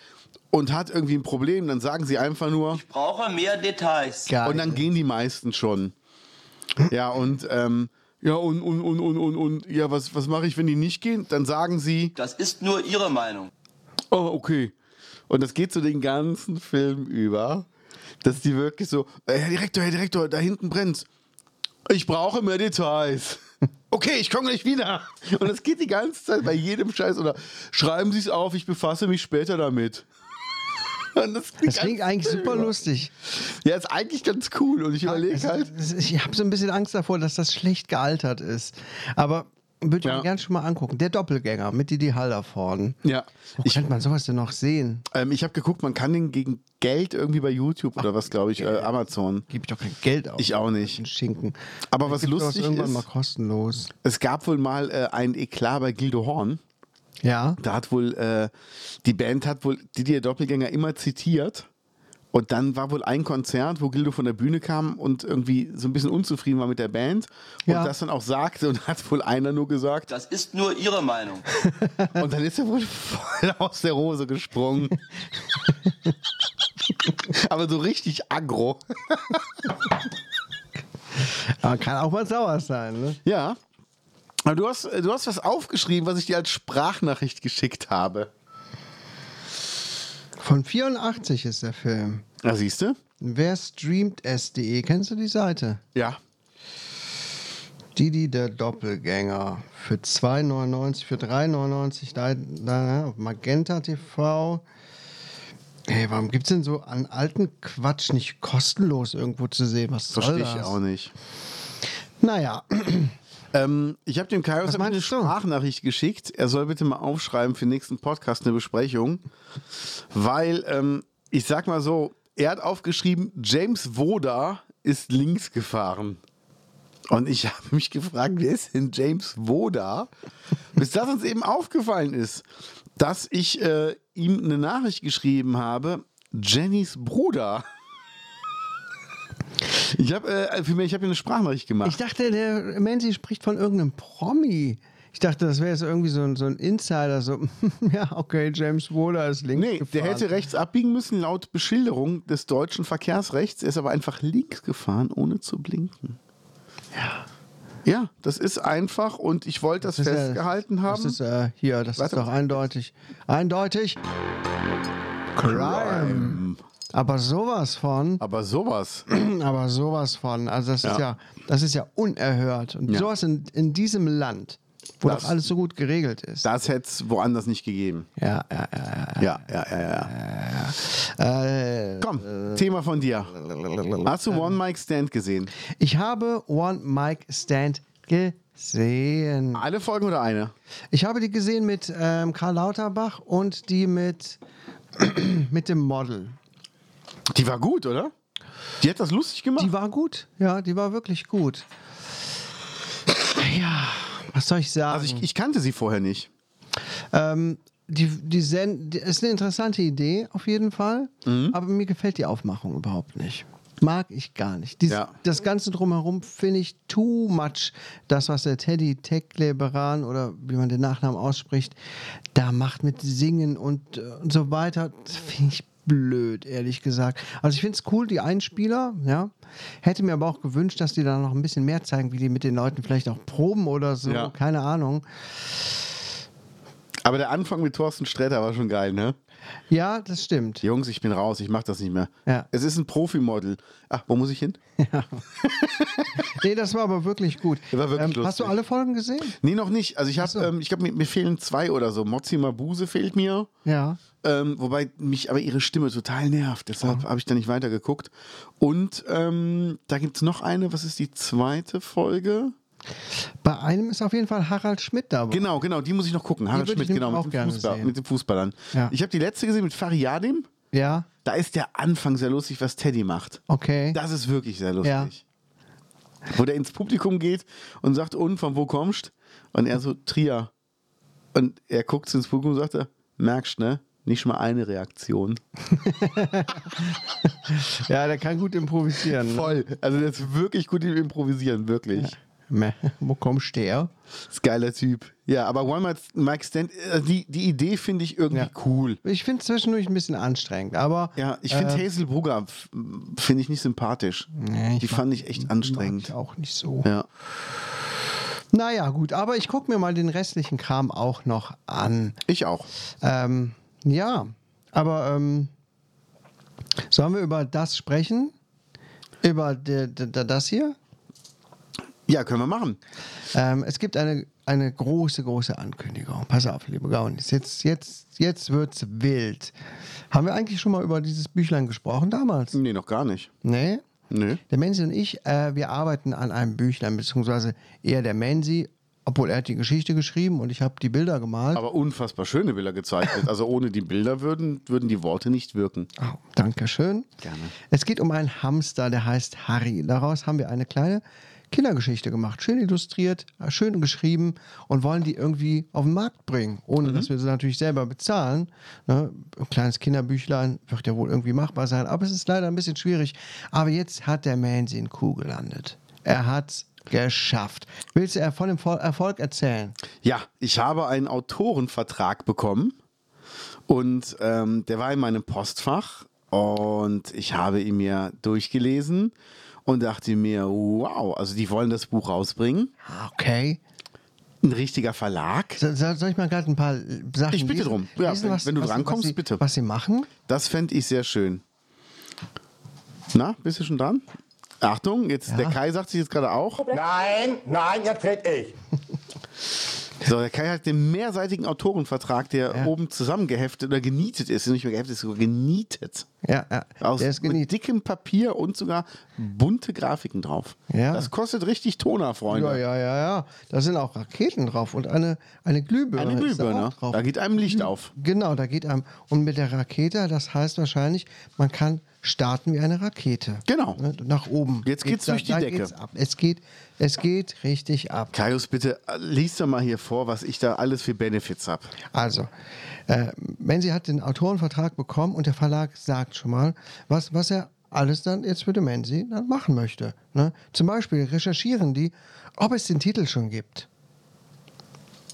B: und hat irgendwie ein Problem, dann sagen sie einfach nur,
G: Ich brauche mehr Details.
A: Geil.
B: und dann gehen die meisten schon. Ja, und, ähm, ja, und, und, und, und, und, und, ja, was, was mache ich, wenn die nicht gehen? Dann sagen sie,
G: Das ist nur Ihre Meinung.
B: Oh, okay. Und das geht so den ganzen Film über, dass die wirklich so, "Äh, Herr Direktor, Herr Direktor, da hinten brennt's. Ich brauche mehr Details. Okay, ich komme gleich wieder. Und das geht die ganze Zeit bei jedem Scheiß. Oder schreiben Sie es auf, ich befasse mich später damit. Und das, die
A: Das klingt
B: ganze
A: eigentlich
B: Zeit
A: super
B: über.
A: lustig.
B: Ja, ist eigentlich ganz cool. Und ich
A: Ah,
B: überlege
A: Es-
B: halt,
A: es- Ich habe so ein bisschen Angst davor, dass das schlecht gealtert ist. Aber würde ich
B: Ja.
A: mir gerne schon mal angucken. Der Doppelgänger mit Didi Hallerforn.
B: ja,
A: Wo
B: ich,
A: könnte man sowas denn noch sehen?
B: ähm, ich habe geguckt, man kann den gegen Geld irgendwie bei YouTube oder was, glaube ich, äh, Amazon.
A: Gebe ich doch kein Geld aus.
B: Ich auch nicht.
A: Ein Schinken.
B: Aber was
A: Gibt's sowas
B: lustig
A: irgendwann
B: ist-
A: mal kostenlos.
B: Es gab wohl mal äh, ein Eklat bei Gildo Horn.
A: Ja.
B: Da hat wohl, äh, die Band hat wohl Didier Doppelgänger immer zitiert. Und dann war wohl ein Konzert, wo Gildo von der Bühne kam und irgendwie so ein bisschen unzufrieden war mit der Band und
A: Ja.
B: das dann auch sagte und hat wohl einer nur gesagt.
G: Das ist nur Ihre Meinung.
B: Und dann ist er wohl voll aus der Hose gesprungen. Aber so richtig aggro.
A: Aber kann auch mal sauer sein, ne?
B: Ja. Aber du hast, du hast was aufgeschrieben, was ich dir als Sprachnachricht geschickt habe.
A: Von 84 ist der Film.
B: Na, siehst du?
A: Wer streamt es.de? Kennst du die Seite?
B: Ja.
A: Didi der Doppelgänger für 2,99, für 3,99 da, da, auf Magenta TV. Ey, warum gibt's denn so an alten Quatsch nicht kostenlos irgendwo zu sehen? Was soll
B: Verstehe
A: das?
B: ich auch nicht.
A: Naja,
B: Ähm, ich habe dem Kairos
A: Was
B: hab ich eine
A: meinst du?
B: Sprachnachricht geschickt. Er soll bitte mal aufschreiben für den nächsten Podcast eine Besprechung. Weil, ähm, ich sag mal so, er hat aufgeschrieben, James Woda ist links gefahren. Und ich habe mich gefragt, wer ist denn James Woda? Bis das uns eben aufgefallen ist, dass ich äh, ihm eine Nachricht geschrieben habe, Jennys Bruder. Ich habe äh, für mich, ich hab hier eine Sprachnachricht gemacht.
A: ich dachte, der Menzi spricht von irgendeinem Promi. Ich dachte, das wäre jetzt irgendwie so ein, so ein Insider, so, ja, okay, James Wohler ist links
B: Nee,
A: gefahren.
B: der hätte rechts abbiegen müssen laut Beschilderung des deutschen Verkehrsrechts. Er ist aber einfach links gefahren, ohne zu blinken. Ja. Ja, das ist einfach und ich wollte das,
A: Das ist ja-
B: festgehalten haben.
A: Das ist äh, hier, das
B: Warte
A: ist doch
B: mal.
A: eindeutig. Eindeutig. Crime. Aber sowas von,
B: aber sowas.
A: aber sowas von. Also das
B: Ja.
A: ist ja, das ist ja unerhört. Und
B: Ja.
A: sowas in, in diesem Land, wo
B: Das-
A: doch alles so gut geregelt ist.
B: Das hätte es woanders nicht gegeben.
A: Ja, ja, ja,
B: Ja, ja, ja, ja.
A: ja. Äh,
B: Komm, Thema von dir. Hast du One Mike Stand gesehen?
A: ich habe One Mic Stand gesehen.
B: Alle Folgen oder eine?
A: Ich habe die gesehen mit ähm, Karl Lauterbach und die mit, mit dem Model.
B: Die war gut, oder? Die hat das lustig gemacht.
A: Die war gut. Ja, die war wirklich gut. Ja, was soll ich sagen?
B: also ich, ich kannte sie vorher nicht.
A: ähm, die, die Sen die, ist eine interessante Idee auf jeden Fall,
B: Mhm.
A: aber mir gefällt die Aufmachung überhaupt nicht. Mag ich gar nicht. Dies,
B: Ja.
A: Das Ganze drumherum finde ich too much. Das, was der Teddy Tekleberan oder wie man den Nachnamen ausspricht, da macht mit Singen und, äh, und so weiter, das finde ich blöd, ehrlich gesagt. Also ich finde es cool, die Einspieler, ja. Hätte mir aber auch gewünscht, dass die da noch ein bisschen mehr zeigen, wie die mit den Leuten vielleicht auch proben oder so,
B: Ja.
A: keine Ahnung.
B: Aber der Anfang mit Thorsten Sträter war schon geil, ne?
A: Ja, das stimmt.
B: Jungs, ich bin raus, ich mach das nicht mehr.
A: Ja.
B: Es ist ein Profimodel. Ach, wo muss ich hin?
A: Nee, das war aber wirklich gut. Ähm,
B: Das war wirklich
A: hast du
B: lustig.
A: alle Folgen gesehen?
B: Nee, noch nicht. Also ich habe, ähm, ich glaube, mir, mir fehlen zwei oder so. Mozi Mabuse fehlt mir.
A: Ja.
B: Ähm, wobei mich aber ihre Stimme total nervt. Deshalb habe ich da nicht weitergeguckt. Und ähm, da gibt es noch eine. Was ist die zweite Folge?
A: Bei einem ist auf jeden Fall Harald Schmidt dabei.
B: Genau, genau. Die muss ich noch gucken. Harald
A: würde ich
B: Schmidt,
A: nämlich
B: genau.
A: auch
B: Mit dem,
A: gerne
B: Fußball,
A: sehen.
B: mit dem Fußballern.
A: Ja.
B: Ich habe die letzte gesehen mit Fariadim.
A: Ja,
B: Da ist der Anfang sehr lustig, was Teddy macht.
A: okay.
B: Das ist wirklich sehr
A: Ja.
B: lustig. Wo der ins Publikum geht und sagt, und von wo kommst? Und er so, Trier. Und er guckt ins Publikum und sagt, er, merkst, ne? Nicht mal eine Reaktion.
A: ja, der kann gut improvisieren. ne?
B: Voll. Also der ist wirklich gut im Improvisieren, wirklich.
A: Meh, Wo kommst du her?
B: Ist geiler Typ. Ja, aber One Night- Mike Stand, äh, die, die Idee finde ich irgendwie
A: Ja.
B: cool.
A: Ich finde es zwischendurch ein bisschen anstrengend, aber
B: Ja, ich finde Hazel Brugger f- finde ich nicht sympathisch.
A: Äh. Nee, ich
B: die
A: mag-
B: fand ich echt
A: ist
B: anstrengend.
A: äh, auch nicht so.
B: Ja.
A: Naja, gut, aber ich gucke mir mal den restlichen Kram auch noch an.
B: Ich auch.
A: Ähm, ja, aber ähm, sollen wir über das sprechen? Über de, de, de, das hier?
B: Ja, können wir machen.
A: Ähm, es gibt eine, eine große, große Ankündigung. Pass auf, liebe Gaunis. Jetzt, jetzt, jetzt wird's wild. Haben wir eigentlich schon mal über dieses Büchlein gesprochen damals?
B: Nee, noch gar nicht.
A: Nee?
B: Nö.
A: Der Menzi und ich, äh, wir arbeiten an einem Büchlein, beziehungsweise eher der Menzi, obwohl er hat die Geschichte geschrieben und ich habe die Bilder gemalt.
B: Aber unfassbar schöne Bilder gezeichnet. Also ohne die Bilder würden, würden die Worte nicht wirken.
A: Oh, Dankeschön.
B: Gerne.
A: Es geht um einen Hamster, der heißt Harry. Daraus haben wir eine kleine Kindergeschichte gemacht. Schön illustriert, äh, schön geschrieben und wollen die irgendwie auf den Markt bringen, ohne
B: Mhm.
A: dass wir sie natürlich selber bezahlen. Ne? Ein kleines Kinderbüchlein wird ja wohl irgendwie machbar sein, aber es ist leider ein bisschen schwierig. Aber jetzt hat der Mansi in Kuh gelandet. Er hat's geschafft. Willst du er- von dem Vor- Erfolg erzählen?
B: Ja, ich habe einen Autorenvertrag bekommen und ähm, der war in meinem Postfach und ich habe ihn mir durchgelesen und dachte mir, wow, also die wollen das Buch rausbringen.
A: Okay.
B: Ein richtiger Verlag.
A: So, so, soll ich mal gerade ein paar Sachen
B: Ich bitte
A: lesen?
B: drum. Ja, wenn- wenn du
A: was,
B: drankommst,
A: was sie,
B: bitte.
A: Was sie machen?
B: Das fände ich sehr schön. Na, bist du schon dran? Achtung, jetzt der Kai sagt sich jetzt gerade auch.
E: Nein, nein, jetzt red ich.
B: So, der Kai hat den mehrseitigen Autorenvertrag, der
A: Ja.
B: oben zusammengeheftet oder genietet ist. Nicht mehr geheftet, ist sogar genietet.
A: Ja, ja.
B: Aus
A: der ist
B: mit
A: genietet.
B: dickem Papier und sogar bunte Grafiken drauf.
A: Ja.
B: Das kostet richtig Toner, Freunde.
A: Ja, ja, ja, ja. Da sind auch Raketen drauf und eine, eine Glühbirne.
B: Eine
A: ist da auch
B: Glühbirne. ne?
A: drauf.
B: Da geht einem Licht auf.
A: genau, da geht einem. Und mit der Rakete, das heißt wahrscheinlich, man kann starten wie eine Rakete.
B: Genau.
A: Ne, nach oben.
B: Jetzt geht's
A: da-
B: durch die
A: da
B: Decke.
A: Geht's ab. Es, geht, es geht richtig ab.
B: Kaius, bitte äh, lies doch mal hier vor, was ich da alles für Benefits habe.
A: Also, äh, Menzi hat den Autorenvertrag bekommen und der Verlag sagt schon mal, was, was er alles dann jetzt für den Menzi dann machen möchte. Ne? Zum Beispiel recherchieren die, ob es den Titel schon gibt.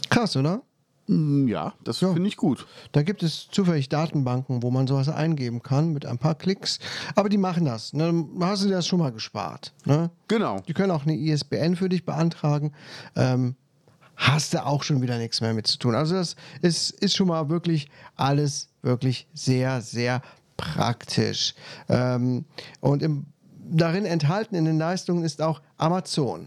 A: Krass, oder?
B: Hm, Ja, das
A: Ja.
B: finde ich gut.
A: Da gibt es zufällig Datenbanken, wo man sowas eingeben kann mit ein paar Klicks. Aber die machen das. Ne? Dann Hast du dir das schon mal gespart? Ne?
B: Genau.
A: Die können auch eine ISBN für dich beantragen. Ähm, hast du auch schon wieder nichts mehr mit zu tun. Also das ist, ist schon mal wirklich alles wirklich sehr, sehr praktisch. Ähm, und im, darin enthalten in den Leistungen ist auch Amazon.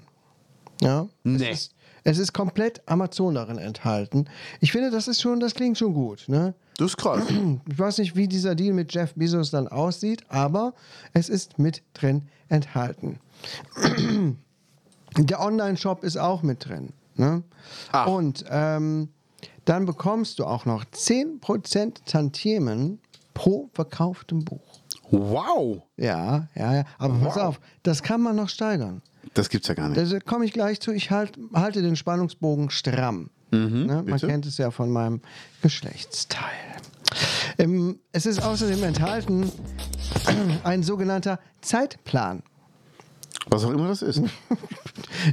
A: Ja.
B: Nee.
A: Es ist, es ist komplett Amazon darin enthalten. Ich finde, das ist schon, das klingt schon gut. Ne?
B: Das ist krass.
A: Ich weiß nicht, wie dieser Deal mit Jeff Bezos dann aussieht, aber es ist mit drin enthalten. Der Online-Shop ist auch mit drin. Ne?
B: Ah.
A: Und ähm, dann bekommst du auch noch 10% Tantiemen pro verkauftem Buch.
B: Wow!
A: Ja, ja, ja. Aber pass auf, das kann man noch steigern.
B: Das gibt's ja gar nicht.
A: Da komme ich gleich zu. Ich halt, halte den Spannungsbogen stramm. ne? Man
B: Mhm, bitte.
A: kennt es ja von meinem Geschlechtsteil. Ähm, es ist außerdem enthalten ein sogenannter Zeitplan.
B: Was auch immer das ist.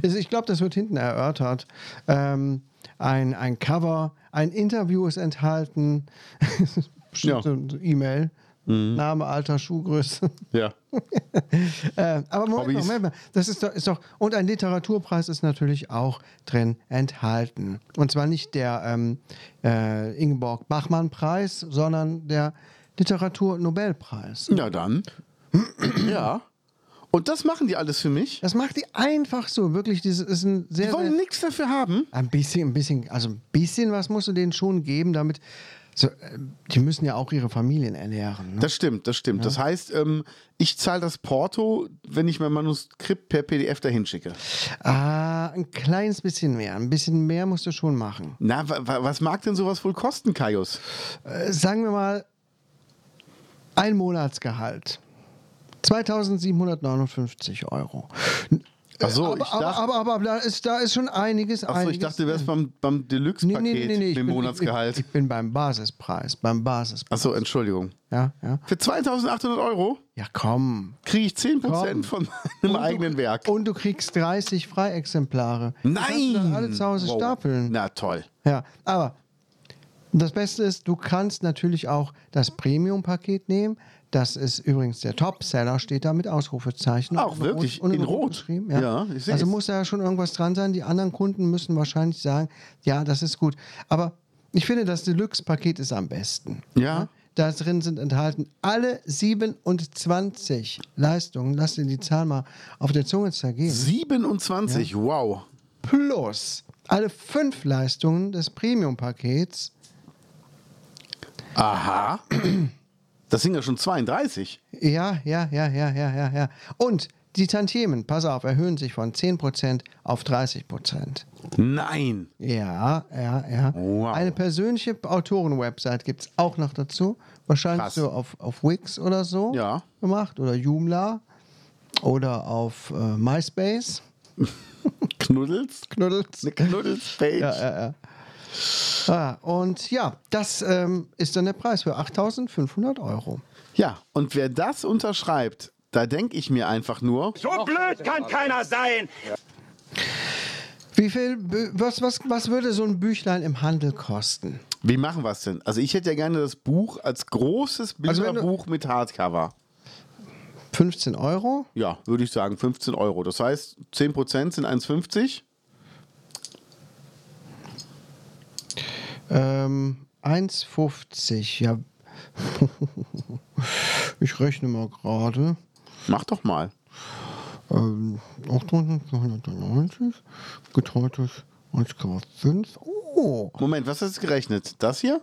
A: Also ich glaube, das wird hinten erörtert. Ähm, ein, ein Cover, ein Interview ist enthalten.
B: Ja. Mhm.
A: Bestimmt so ein E-Mail. Name, Alter, Schuhgröße.
B: ja.
A: Äh, aber Moment, mal,
B: Hobbys.
A: Moment mal, das ist doch, ist doch. Und ein Literaturpreis ist natürlich auch drin enthalten. Und zwar nicht der ähm, äh, Ingeborg-Bachmann-Preis, sondern der Literatur-Nobelpreis.
B: Na dann. ja. Und das machen die alles für mich.
A: Das macht die einfach so. Wirklich, das ist ein sehr.
B: Die
A: sehr-
B: wollen nichts dafür haben.
A: Ein bisschen, ein bisschen, also ein bisschen was musst du denen schon geben, damit. So, äh, die müssen ja auch ihre Familien ernähren. Ne?
B: Das stimmt, das stimmt. Das heißt, ähm, ich zahle das Porto, wenn ich mein Manuskript per PDF dahin schicke.
A: Ah, ein kleines bisschen mehr. Ein bisschen mehr musst du schon machen.
B: Na, wa wa was mag denn sowas wohl kosten, Kaius?
A: Äh, sagen wir mal, ein Monatsgehalt. 2759 Euro.
B: Ach so,
A: aber,
B: ich
A: aber,
B: dachte-
A: aber, aber, da, ist, da ist schon einiges.
B: Achso,
A: einiges
B: ich dachte, du wärst
A: drin.
B: beim, beim
A: Nee,
B: Deluxe-Paket
A: nee, nee, nee, ich
B: mit dem
A: bin-
B: Monatsgehalt.
A: Ich, ich bin beim Basispreis, beim Basispreis.
B: Achso, Entschuldigung.
A: Ja, ja.
B: Für 2800 Euro
A: ja, komm.
B: kriege ich 10%
A: Komm.
B: von meinem eigenen Werk.
A: Und du kriegst 30 Freiexemplare. Die kannst du
B: Nein!
A: dann alle zu Hause
B: Wow.
A: stapeln.
B: Na toll.
A: Ja, aber das Beste ist, du kannst natürlich auch das Premium-Paket nehmen. Das ist übrigens der Topseller, steht da mit Ausrufezeichen.
B: Auch
A: Und
B: wirklich?
A: und
B: In Rot?
A: geschrieben,
B: Ja,
A: Ja,
B: ich seh's.
A: Also muss da schon irgendwas dran sein. Die anderen Kunden müssen wahrscheinlich sagen, ja, das ist gut. Aber ich finde, das Deluxe-Paket ist am besten.
B: Ja.
A: Da drin sind enthalten alle 27 Leistungen. Lass dir die Zahl mal auf der Zunge zergehen
B: 27, wow.
A: plus alle fünf Leistungen des Premium-Pakets.
B: Aha. Das sind ja schon 32.
A: Ja, ja, ja, ja, ja, ja, ja. Und die Tantiemen, pass auf, erhöhen sich von 10% auf 30%.
B: Nein.
A: Ja, ja, ja.
B: Wow.
A: Eine persönliche Autoren-Website gibt es auch noch dazu. Wahrscheinlich
B: Krass.
A: so auf, auf Wix oder so
B: Ja.
A: gemacht oder Joomla oder auf äh, MySpace.
B: Knuddels?
A: Knuddels.
B: Eine Knuddels-Page.
A: Ah, und ja, das ähm, ist dann der Preis für 8.500 Euro.
B: Ja, und wer das unterschreibt, da denke ich mir einfach nur,
E: So blöd kann keiner sein.
A: Wie viel, Bü- was, was, was würde so ein Büchlein im Handel kosten?
B: wie machen wir es denn? Also ich hätte ja gerne das Buch als großes
A: Also wenn du-
B: Bilderbuch mit Hardcover.
A: 15 Euro?
B: Ja, würde ich sagen, 15 Euro. Das heißt, 10% sind 1,50.
A: Ähm, 1,50, ja. ich rechne mal gerade.
B: Mach doch mal.
A: Ähm, 8.990, geteiltes 1,5. Oh!
B: Moment, was hast du gerechnet? Das hier?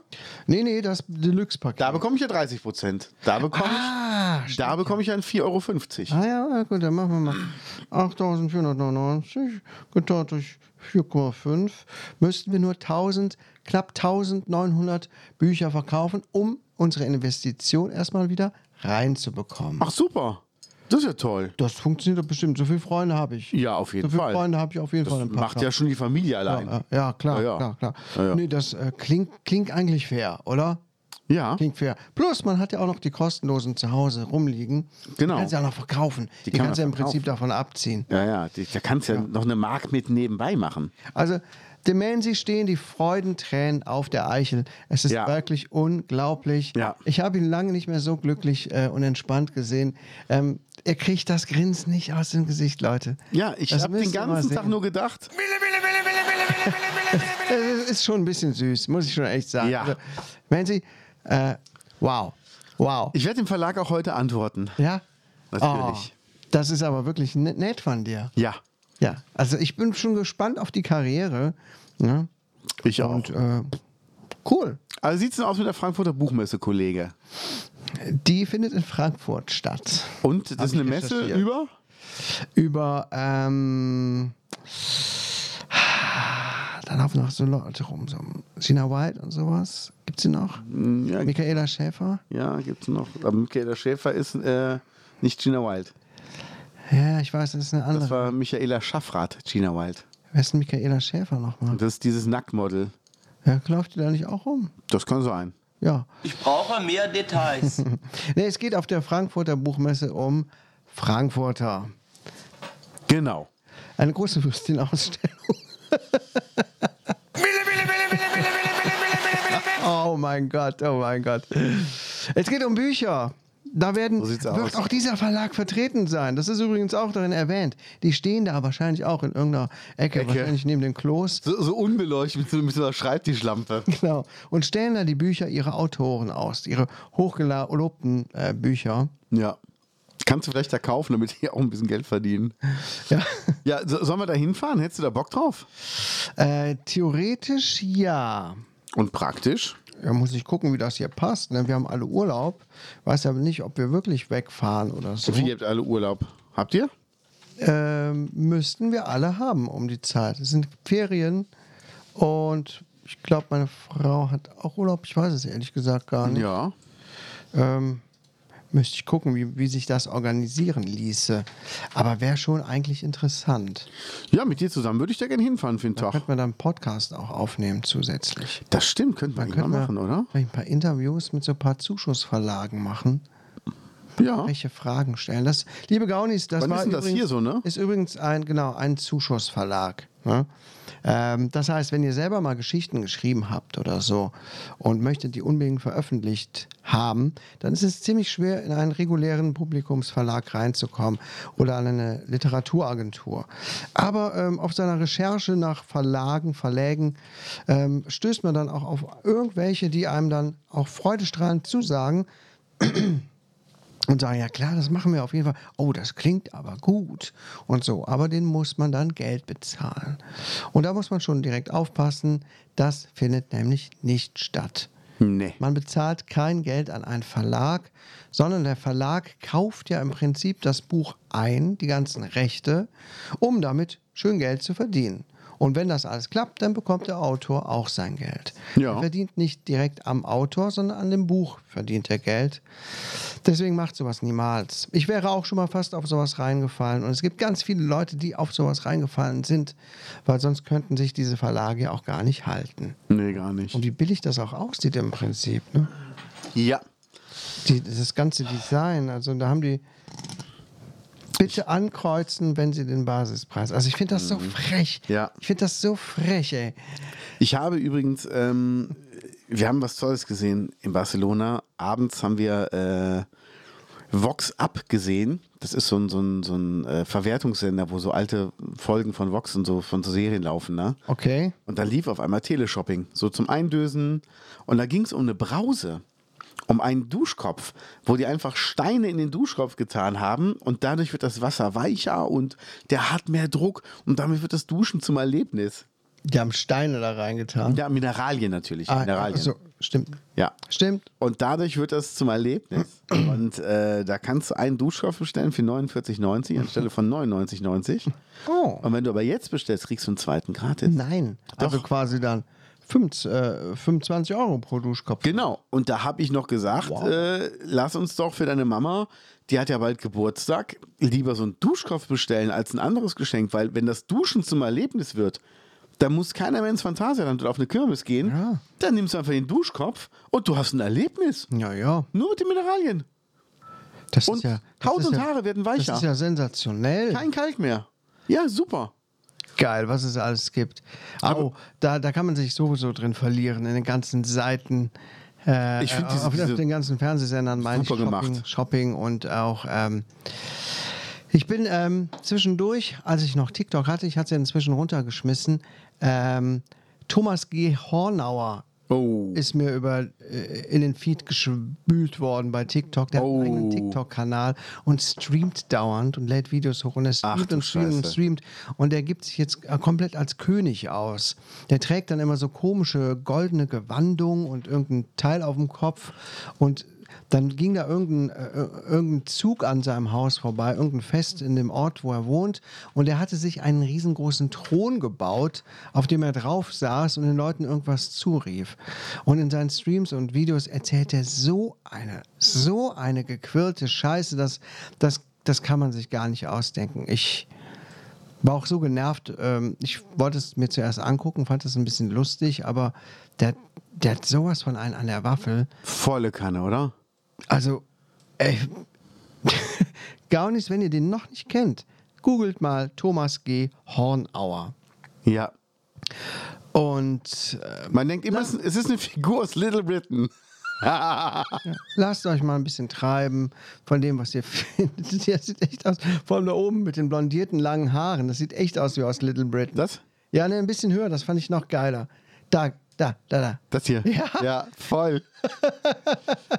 A: Nee, nee, das Deluxe-Paket.
B: Da bekomme ich ja 30%. Da bekomme
A: ah,
B: ich, da bekomme ich ja ein 4,50 Euro.
A: Ah ja, ja, gut, dann machen wir mal 8499 geteilt durch 4,5 müssten wir nur 1000 knapp 1900 Bücher verkaufen, um unsere Investition erstmal wieder reinzubekommen.
B: Ach super. Das ist ja toll.
A: Das funktioniert doch bestimmt. So viele Freunde habe ich.
B: Ja, auf jeden
A: so viele
B: Fall.
A: Freunde habe ich auf jeden Fall
B: Das
A: im
B: macht
A: Podcast.
B: ja schon die Familie allein.
A: ja, äh, ja,
B: Ja,
A: klar,
B: ja.
A: klar, klar.
B: Ja, ja.
A: Nee, das äh, klingt, klingt eigentlich fair, oder?
B: Ja.
A: Klingt fair. Plus, man hat ja auch noch die kostenlosen zu Hause rumliegen.
B: Genau.
A: Die kannst du ja auch noch verkaufen. Die,
B: kann man
A: kannst du ja im
B: verkaufen.
A: Prinzip davon abziehen.
B: Ja, ja, die- da kannst du ja, noch eine Mark mit nebenbei machen.
A: Also, dem Mansi stehen die Freudentränen auf der Eichel. Es ist
B: Ja.
A: wirklich unglaublich.
B: Ja.
A: Ich habe ihn lange nicht mehr so glücklich äh, und entspannt gesehen. Ähm, er kriegt das Grinsen nicht aus dem Gesicht, Leute.
B: Ja, ich
A: Das
B: habe den
A: müsst ihr mal
B: ganzen
A: sehen.
B: Tag nur gedacht,
A: Es ist schon ein bisschen süß, muss ich schon echt sagen.
B: Ja.
A: Mansi, äh, wow. Wow.
B: ich werde dem Verlag auch heute antworten.
A: ja?
B: Natürlich.
A: Oh, das ist aber wirklich ne- nett von dir.
B: Ja,
A: Ja. Also, ich bin schon gespannt auf die Karriere. Ne?
B: ich auch.
A: Und äh, cool.
B: also sieht es denn aus mit der Frankfurter Buchmesse, Kollege?
A: Die findet in Frankfurt statt.
B: Und das ist
A: ich
B: eine Messe
A: recherchiert.
B: über?
A: Über, ähm, Da laufen noch so Leute rum. So Gina White und sowas. Gibt sie noch?
B: Mm, ja.
A: Michaela Schäfer?
B: Ja, gibt's noch. Aber Michaela Schäfer ist äh, nicht Gina Wild.
A: Ja, ich weiß, das ist eine andere.
B: Das war Michaela Schaffrath, Gina Wild.
A: Wer ist denn Michaela Schäfer nochmal?
B: Das ist dieses Nacktmodel.
A: Ja, läuft die da nicht auch rum?
B: Das kann sein.
A: Ja.
G: Ich brauche mehr Details.
A: Nee, es geht auf der Frankfurter Buchmesse um Frankfurter.
B: Genau.
A: Eine große Würstchenausstellung. oh mein Gott, oh mein Gott. Es geht um Bücher. Da werden,
B: So sieht's
A: wird
B: aus.
A: auch dieser Verlag vertreten sein. Das ist übrigens auch darin erwähnt. Die stehen da wahrscheinlich auch in irgendeiner Ecke,
B: Ecke.
A: wahrscheinlich neben dem Klos.
B: So, so unbeleuchtet mit so, mit so einer Schreibtischlampe.
A: Genau. Und stellen da die Bücher ihrer Autoren aus, ihre hochgelobten äh, Bücher.
B: Ja. Kannst du vielleicht da kaufen, damit die auch ein bisschen Geld verdienen.
A: Ja.
B: Ja, so, sollen wir da hinfahren? Hättest du da Bock drauf?
A: Äh, theoretisch ja.
B: Und praktisch?
A: Ja, muss ich gucken, wie das hier passt. Ne? Wir haben alle Urlaub. Weiß aber nicht, ob wir wirklich wegfahren oder so.
B: Sophie, ihr habt alle Urlaub. Habt ihr?
A: Ähm, müssten wir alle haben um die Zeit. Es sind Ferien und ich glaube, meine Frau hat auch Urlaub. Ich weiß es ehrlich gesagt gar nicht.
B: Ja.
A: Ähm, müsste ich gucken, wie, wie sich das organisieren ließe. Aber wäre schon eigentlich interessant.
B: Ja, mit dir zusammen würde ich da gerne hinfahren für einen Tag.
A: Könnten wir dann einen Podcast auch aufnehmen zusätzlich.
B: Das stimmt, könnte man mal
A: Könnten wir
B: machen, oder?
A: vielleicht ein paar Interviews mit so ein paar Zuschussverlagen machen.
B: Ja.
A: welche Fragen stellen. Das, liebe Gaunis, das
B: Wann
A: war
B: ist denn das
A: übrigens,
B: hier so, ne?
A: ist übrigens ein, genau, ein Zuschussverlag. Ne? Ähm, das heißt, wenn ihr selber mal Geschichten geschrieben habt oder so und möchtet die unbedingt veröffentlicht haben, dann ist es ziemlich schwer, in einen regulären Publikumsverlag reinzukommen oder an eine Literaturagentur. Aber ähm, auf seiner Recherche nach Verlagen, Verlägen ähm, stößt man dann auch auf irgendwelche, die einem dann auch freudestrahlend zusagen, und sagen, ja klar, das machen wir auf jeden Fall. Oh, das klingt aber gut und so. Aber den muss man dann Geld bezahlen. Und da muss man schon direkt aufpassen, das findet nämlich nicht statt.
B: Nee.
A: Man bezahlt kein Geld an einen Verlag, sondern der Verlag kauft ja im Prinzip das Buch ein, die ganzen Rechte, um damit schön Geld zu verdienen. Und wenn das alles klappt, dann bekommt der Autor auch sein Geld.
B: Ja.
A: Er verdient nicht direkt am Autor, sondern an dem Buch verdient er Geld. Deswegen macht sowas niemals. Ich wäre auch schon mal fast auf sowas reingefallen. Und es gibt ganz viele Leute, die auf sowas reingefallen sind, weil sonst könnten sich diese Verlage ja auch gar nicht halten.
B: Nee, gar nicht.
A: Und wie billig das auch aussieht im Prinzip. Ne?
B: Ja.
A: Die, das ganze Design, also da haben die bitte ankreuzen, wenn sie den Basispreis. Also ich finde das so frech.
B: Mhm. Ja.
A: Ich finde das so frech, ey.
B: Ich habe übrigens, ähm, wir haben was Tolles gesehen in Barcelona. Abends haben wir äh, Vox Up gesehen. Das ist so ein, so ein, so ein äh, Verwertungssender, wo so alte Folgen von Vox und so von so Serien laufen, ne?
A: Okay.
B: Und da lief auf einmal Teleshopping, so zum Eindösen. Und da ging es um eine Brause, um einen Duschkopf, wo die einfach Steine in den Duschkopf getan haben und dadurch wird das Wasser weicher und der hat mehr Druck und damit wird das Duschen zum Erlebnis.
A: Die haben Steine da reingetan.
B: Ja, Mineralien natürlich.
A: Ah,
B: Mineralien.
A: So, stimmt.
B: Ja.
A: Stimmt.
B: Und dadurch wird das zum Erlebnis. Und äh, da kannst du einen Duschkopf bestellen für 49,90 anstelle von 99,90.
A: Oh.
B: Und wenn du aber jetzt bestellst, kriegst du einen zweiten gratis.
A: Nein. Also quasi dann 25, äh, 25 Euro pro Duschkopf.
B: Genau. Und da habe ich noch gesagt, äh, lass uns doch für deine Mama, die hat ja bald Geburtstag, lieber so einen Duschkopf bestellen als ein anderes Geschenk, weil wenn das Duschen zum Erlebnis wird, da muss keiner mehr ins Phantasialand oder auf eine Kirmes gehen. Dann nimmst du einfach den Duschkopf und du hast ein Erlebnis.
A: Ja, ja.
B: Nur mit den Mineralien.
A: Das
B: Und
A: ist ja. Das
B: Haut
A: ist
B: und
A: ja,
B: Haare werden weicher.
A: Das ist ja sensationell.
B: Kein Kalk mehr. Ja, super.
A: Geil, was es alles gibt. Au, da, da kann man sich sowieso drin verlieren, in den ganzen Seiten. Äh,
B: Ich find
A: äh,
B: diese-
A: auf,
B: diese-
A: auf den ganzen Fernsehsendern meine ich
B: Super
A: Shopping,
B: gemacht.
A: Shopping und auch. Ähm, ich bin ähm, zwischendurch, als ich noch TikTok hatte, ich hatte es ja inzwischen runtergeschmissen. Ähm, Thomas G. Hornauer
B: Oh.
A: ist mir über äh, in den Feed gespült worden bei TikTok. Der hat
B: Oh.
A: einen eigenen TikTok-Kanal und streamt dauernd und lädt Videos hoch und er
B: Ach
A: streamt
B: du
A: und streamt und
B: Scheiße.
A: streamt. Und der gibt sich jetzt äh, komplett als König aus. Der trägt dann immer so komische goldene Gewandung und irgendein Teil auf dem Kopf und dann ging da irgendein, äh, irgendein Zug an seinem Haus vorbei, irgendein Fest in dem Ort, wo er wohnt. Und er hatte sich einen riesengroßen Thron gebaut, auf dem er drauf saß und den Leuten irgendwas zurief. Und in seinen Streams und Videos erzählt er so eine, so eine gequirlte Scheiße, das, das, das kann man sich gar nicht ausdenken. Ich war auch so genervt. Ähm, ich wollte es mir zuerst angucken, fand es ein bisschen lustig, aber der, der hat sowas von einen an der Waffel.
B: Volle Kanne, oder?
A: Also, ey, Gaunis, wenn ihr den noch nicht kennt, googelt mal Thomas G. Hornauer.
B: Ja.
A: Und äh,
B: Man denkt immer, es ist- es ist eine Figur aus Little Britain.
A: lasst euch mal ein bisschen treiben von dem, was ihr findet. Der sieht echt aus, vor allem da oben mit den blondierten langen Haaren. Das sieht echt aus wie aus Little Britain.
B: Das?
A: Ja, ne, ein bisschen höher, das fand ich noch geiler. Da, da, da, da.
B: Das hier.
A: Ja.
B: voll.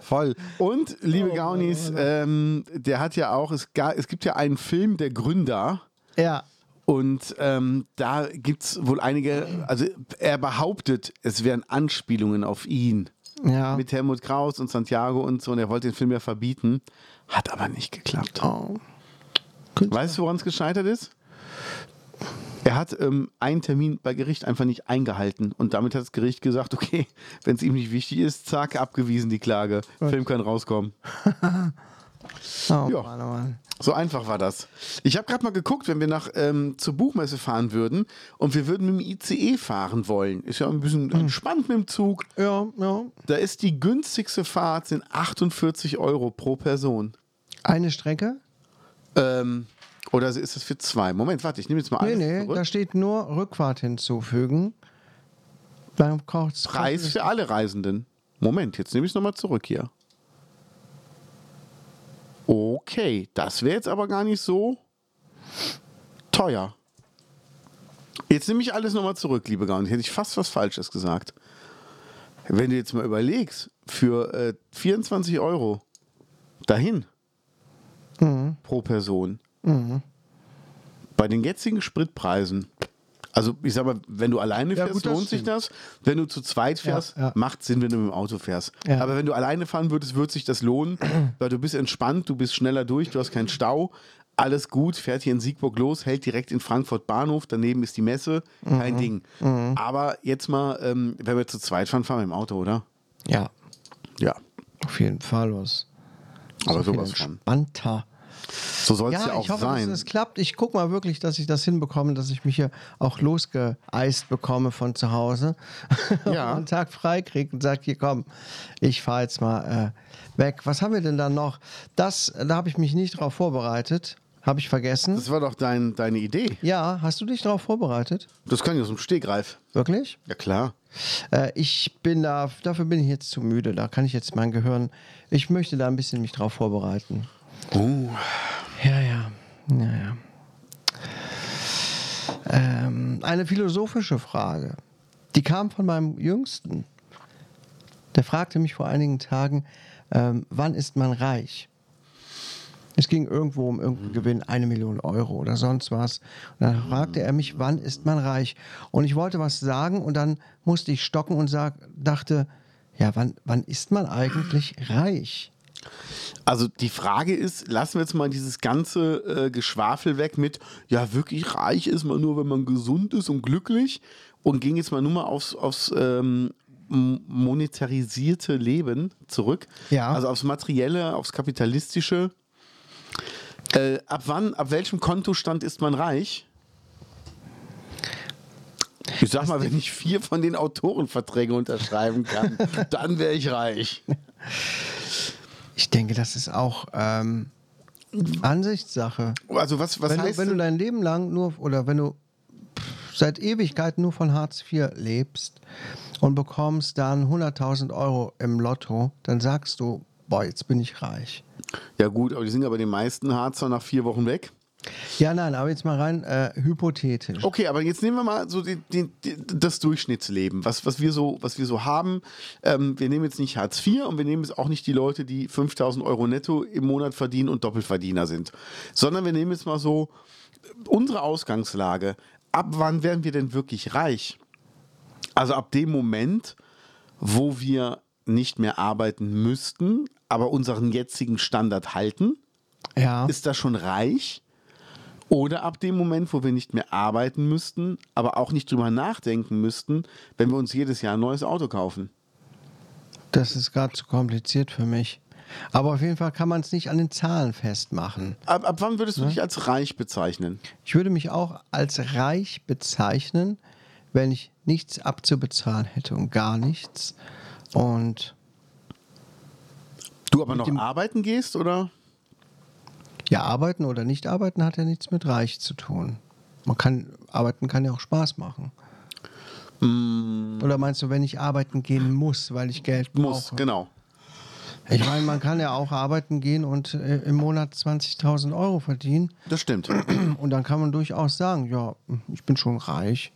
B: voll. Und, liebe Gaunis, ähm, der hat ja auch, es, ga- es gibt ja einen Film, der Gründer.
A: Ja,
B: Und ähm, da gibt es wohl einige, also er behauptet, es wären Anspielungen auf ihn.
A: ja.
B: Mit Helmut Kraus und Santiago und so. Und er wollte den Film ja verbieten. Hat aber nicht geklappt.
A: Oh.
B: Weißt du, woran es gescheitert ist? Er hat ähm, einen Termin bei Gericht einfach nicht eingehalten. Und damit hat das Gericht gesagt, okay, wenn es ihm nicht wichtig ist, zack, abgewiesen die Klage. Film kann rauskommen.
A: Oh,
B: Ja.
A: Mann, oh Mann.
B: So einfach war das. Ich habe gerade mal geguckt, wenn wir nach ähm, zur Buchmesse fahren würden und wir würden mit dem ICE fahren wollen. Ist ja ein bisschen
A: Hm.
B: entspannt mit dem Zug.
A: Ja, ja.
B: Da ist die günstigste Fahrt sind 48 Euro pro Person.
A: Eine Strecke?
B: Ähm, oder ist das für zwei? Moment, warte, ich nehme jetzt mal
A: Nee,
B: alles
A: nee,
B: zurück.
A: da steht nur Rückfahrt hinzufügen. Dann kocht's
B: Preis für alle Reisenden. Moment, jetzt nehme ich es nochmal zurück hier. Okay, das wäre jetzt aber gar nicht so teuer. Jetzt nehme ich alles nochmal zurück, liebe Gaun. Hätte ich fast was Falsches gesagt. Wenn du jetzt mal überlegst, für äh, 24 Euro dahin
A: Mhm.
B: pro Person. Bei den jetzigen Spritpreisen, also ich sag mal, wenn du alleine
A: Ja,
B: fährst,
A: gut, das
B: lohnt sich
A: stimmt.
B: das. Wenn du zu zweit fährst,
A: ja.
B: macht Sinn, wenn du mit dem Auto fährst.
A: Ja.
B: Aber wenn du alleine fahren würdest, würde sich das lohnen, weil du bist entspannt, du bist schneller durch, du hast keinen Stau. Alles gut, fährt hier in Siegburg los, hält direkt in Frankfurt Bahnhof, daneben ist die Messe,
A: Mhm.
B: kein Ding. Aber jetzt mal, ähm, wenn wir zu zweit fahren, fahren wir im Auto, oder?
A: Ja,
B: Ja.
A: auf jeden Fall was.
B: Aber
A: Viel
B: sowas von.
A: entspannter.
B: So soll es ja,
A: Ja,
B: auch
A: ich hoffe,
B: sein.
A: dass es klappt. Ich gucke mal wirklich, dass ich das hinbekomme, dass ich mich hier auch losgeeist bekomme von zu Hause.
B: Ja.
A: Und einen Tag frei kriege und sage, hier komm, ich fahre jetzt mal äh, weg. Was haben wir denn dann noch? Das, da habe ich mich nicht drauf vorbereitet. Habe ich vergessen.
B: Das war doch dein, deine Idee.
A: Ja, hast du dich drauf vorbereitet?
B: Das kann ich aus dem Stegreif.
A: Wirklich?
B: Ja, klar.
A: Äh, ich bin da, dafür bin ich jetzt zu müde. Da kann ich jetzt mein Gehirn, ich möchte da ein bisschen mich drauf vorbereiten. Ja, ja, ja, ja. Ähm, eine philosophische Frage. Die kam von meinem Jüngsten. Der fragte mich vor einigen Tagen, ähm, wann ist man reich? Es ging irgendwo um irgendeinen Gewinn, eine Million Euro oder sonst was. Und dann fragte er mich, wann ist man reich? Und ich wollte was sagen und dann musste ich stocken und sag, dachte, ja, wann, wann ist man eigentlich reich?
B: Also die Frage ist, lassen wir jetzt mal dieses ganze äh, Geschwafel weg mit, ja, wirklich reich ist man nur, wenn man gesund ist und glücklich und gehen jetzt mal nur mal aufs, aufs ähm, m- monetarisierte Leben zurück.
A: Ja.
B: Also aufs Materielle, aufs Kapitalistische. Äh, ab wann, ab welchem Kontostand ist man reich? Ich sag mal, wenn ich vier von den Autorenverträgen unterschreiben kann, dann wäre ich reich.
A: Ich denke, das ist auch ähm, Ansichtssache.
B: Also was, was
A: wenn,
B: heißt
A: du, wenn
B: denn-
A: du dein Leben lang nur oder wenn du pff, seit Ewigkeiten nur von Hartz IV lebst und bekommst dann 100.000 Euro im Lotto, dann sagst du, boah, jetzt bin ich reich.
B: Ja, gut, aber die sind ja bei den meisten Harzer nach vier Wochen weg.
A: Ja, nein, aber jetzt mal rein äh, hypothetisch.
B: Okay, aber jetzt nehmen wir mal so die, die, die, das Durchschnittsleben, was, was, wir so, was wir so haben. Ähm, wir nehmen jetzt nicht Hartz IV und wir nehmen jetzt auch nicht die Leute, die 5000 Euro netto im Monat verdienen und Doppelverdiener sind, sondern wir nehmen jetzt mal so unsere Ausgangslage. Ab wann werden wir denn wirklich reich? Also ab dem Moment, wo wir nicht mehr arbeiten müssten, aber unseren jetzigen Standard halten,
A: Ja.
B: ist das schon reich? Oder ab dem Moment, wo wir nicht mehr arbeiten müssten, aber auch nicht drüber nachdenken müssten, wenn wir uns jedes Jahr ein neues Auto kaufen.
A: Das ist gerade zu kompliziert für mich. Aber auf jeden Fall kann man es nicht an den Zahlen festmachen.
B: Ab, ab wann würdest du dich als reich bezeichnen?
A: Ich würde mich auch als reich bezeichnen, wenn ich nichts abzubezahlen hätte und gar nichts. Und
B: Du aber noch arbeiten gehst, oder?
A: ja, arbeiten oder nicht arbeiten hat ja nichts mit reich zu tun. Man kann arbeiten kann ja auch Spaß machen. Oder meinst du, wenn ich arbeiten gehen muss, weil ich Geld
B: Mm. Muss,
A: brauche?
B: genau.
A: Ich meine, man kann ja auch arbeiten gehen und äh, im Monat 20.000 Euro verdienen.
B: Das stimmt.
A: Und dann kann man durchaus sagen, ja, ich bin schon reich.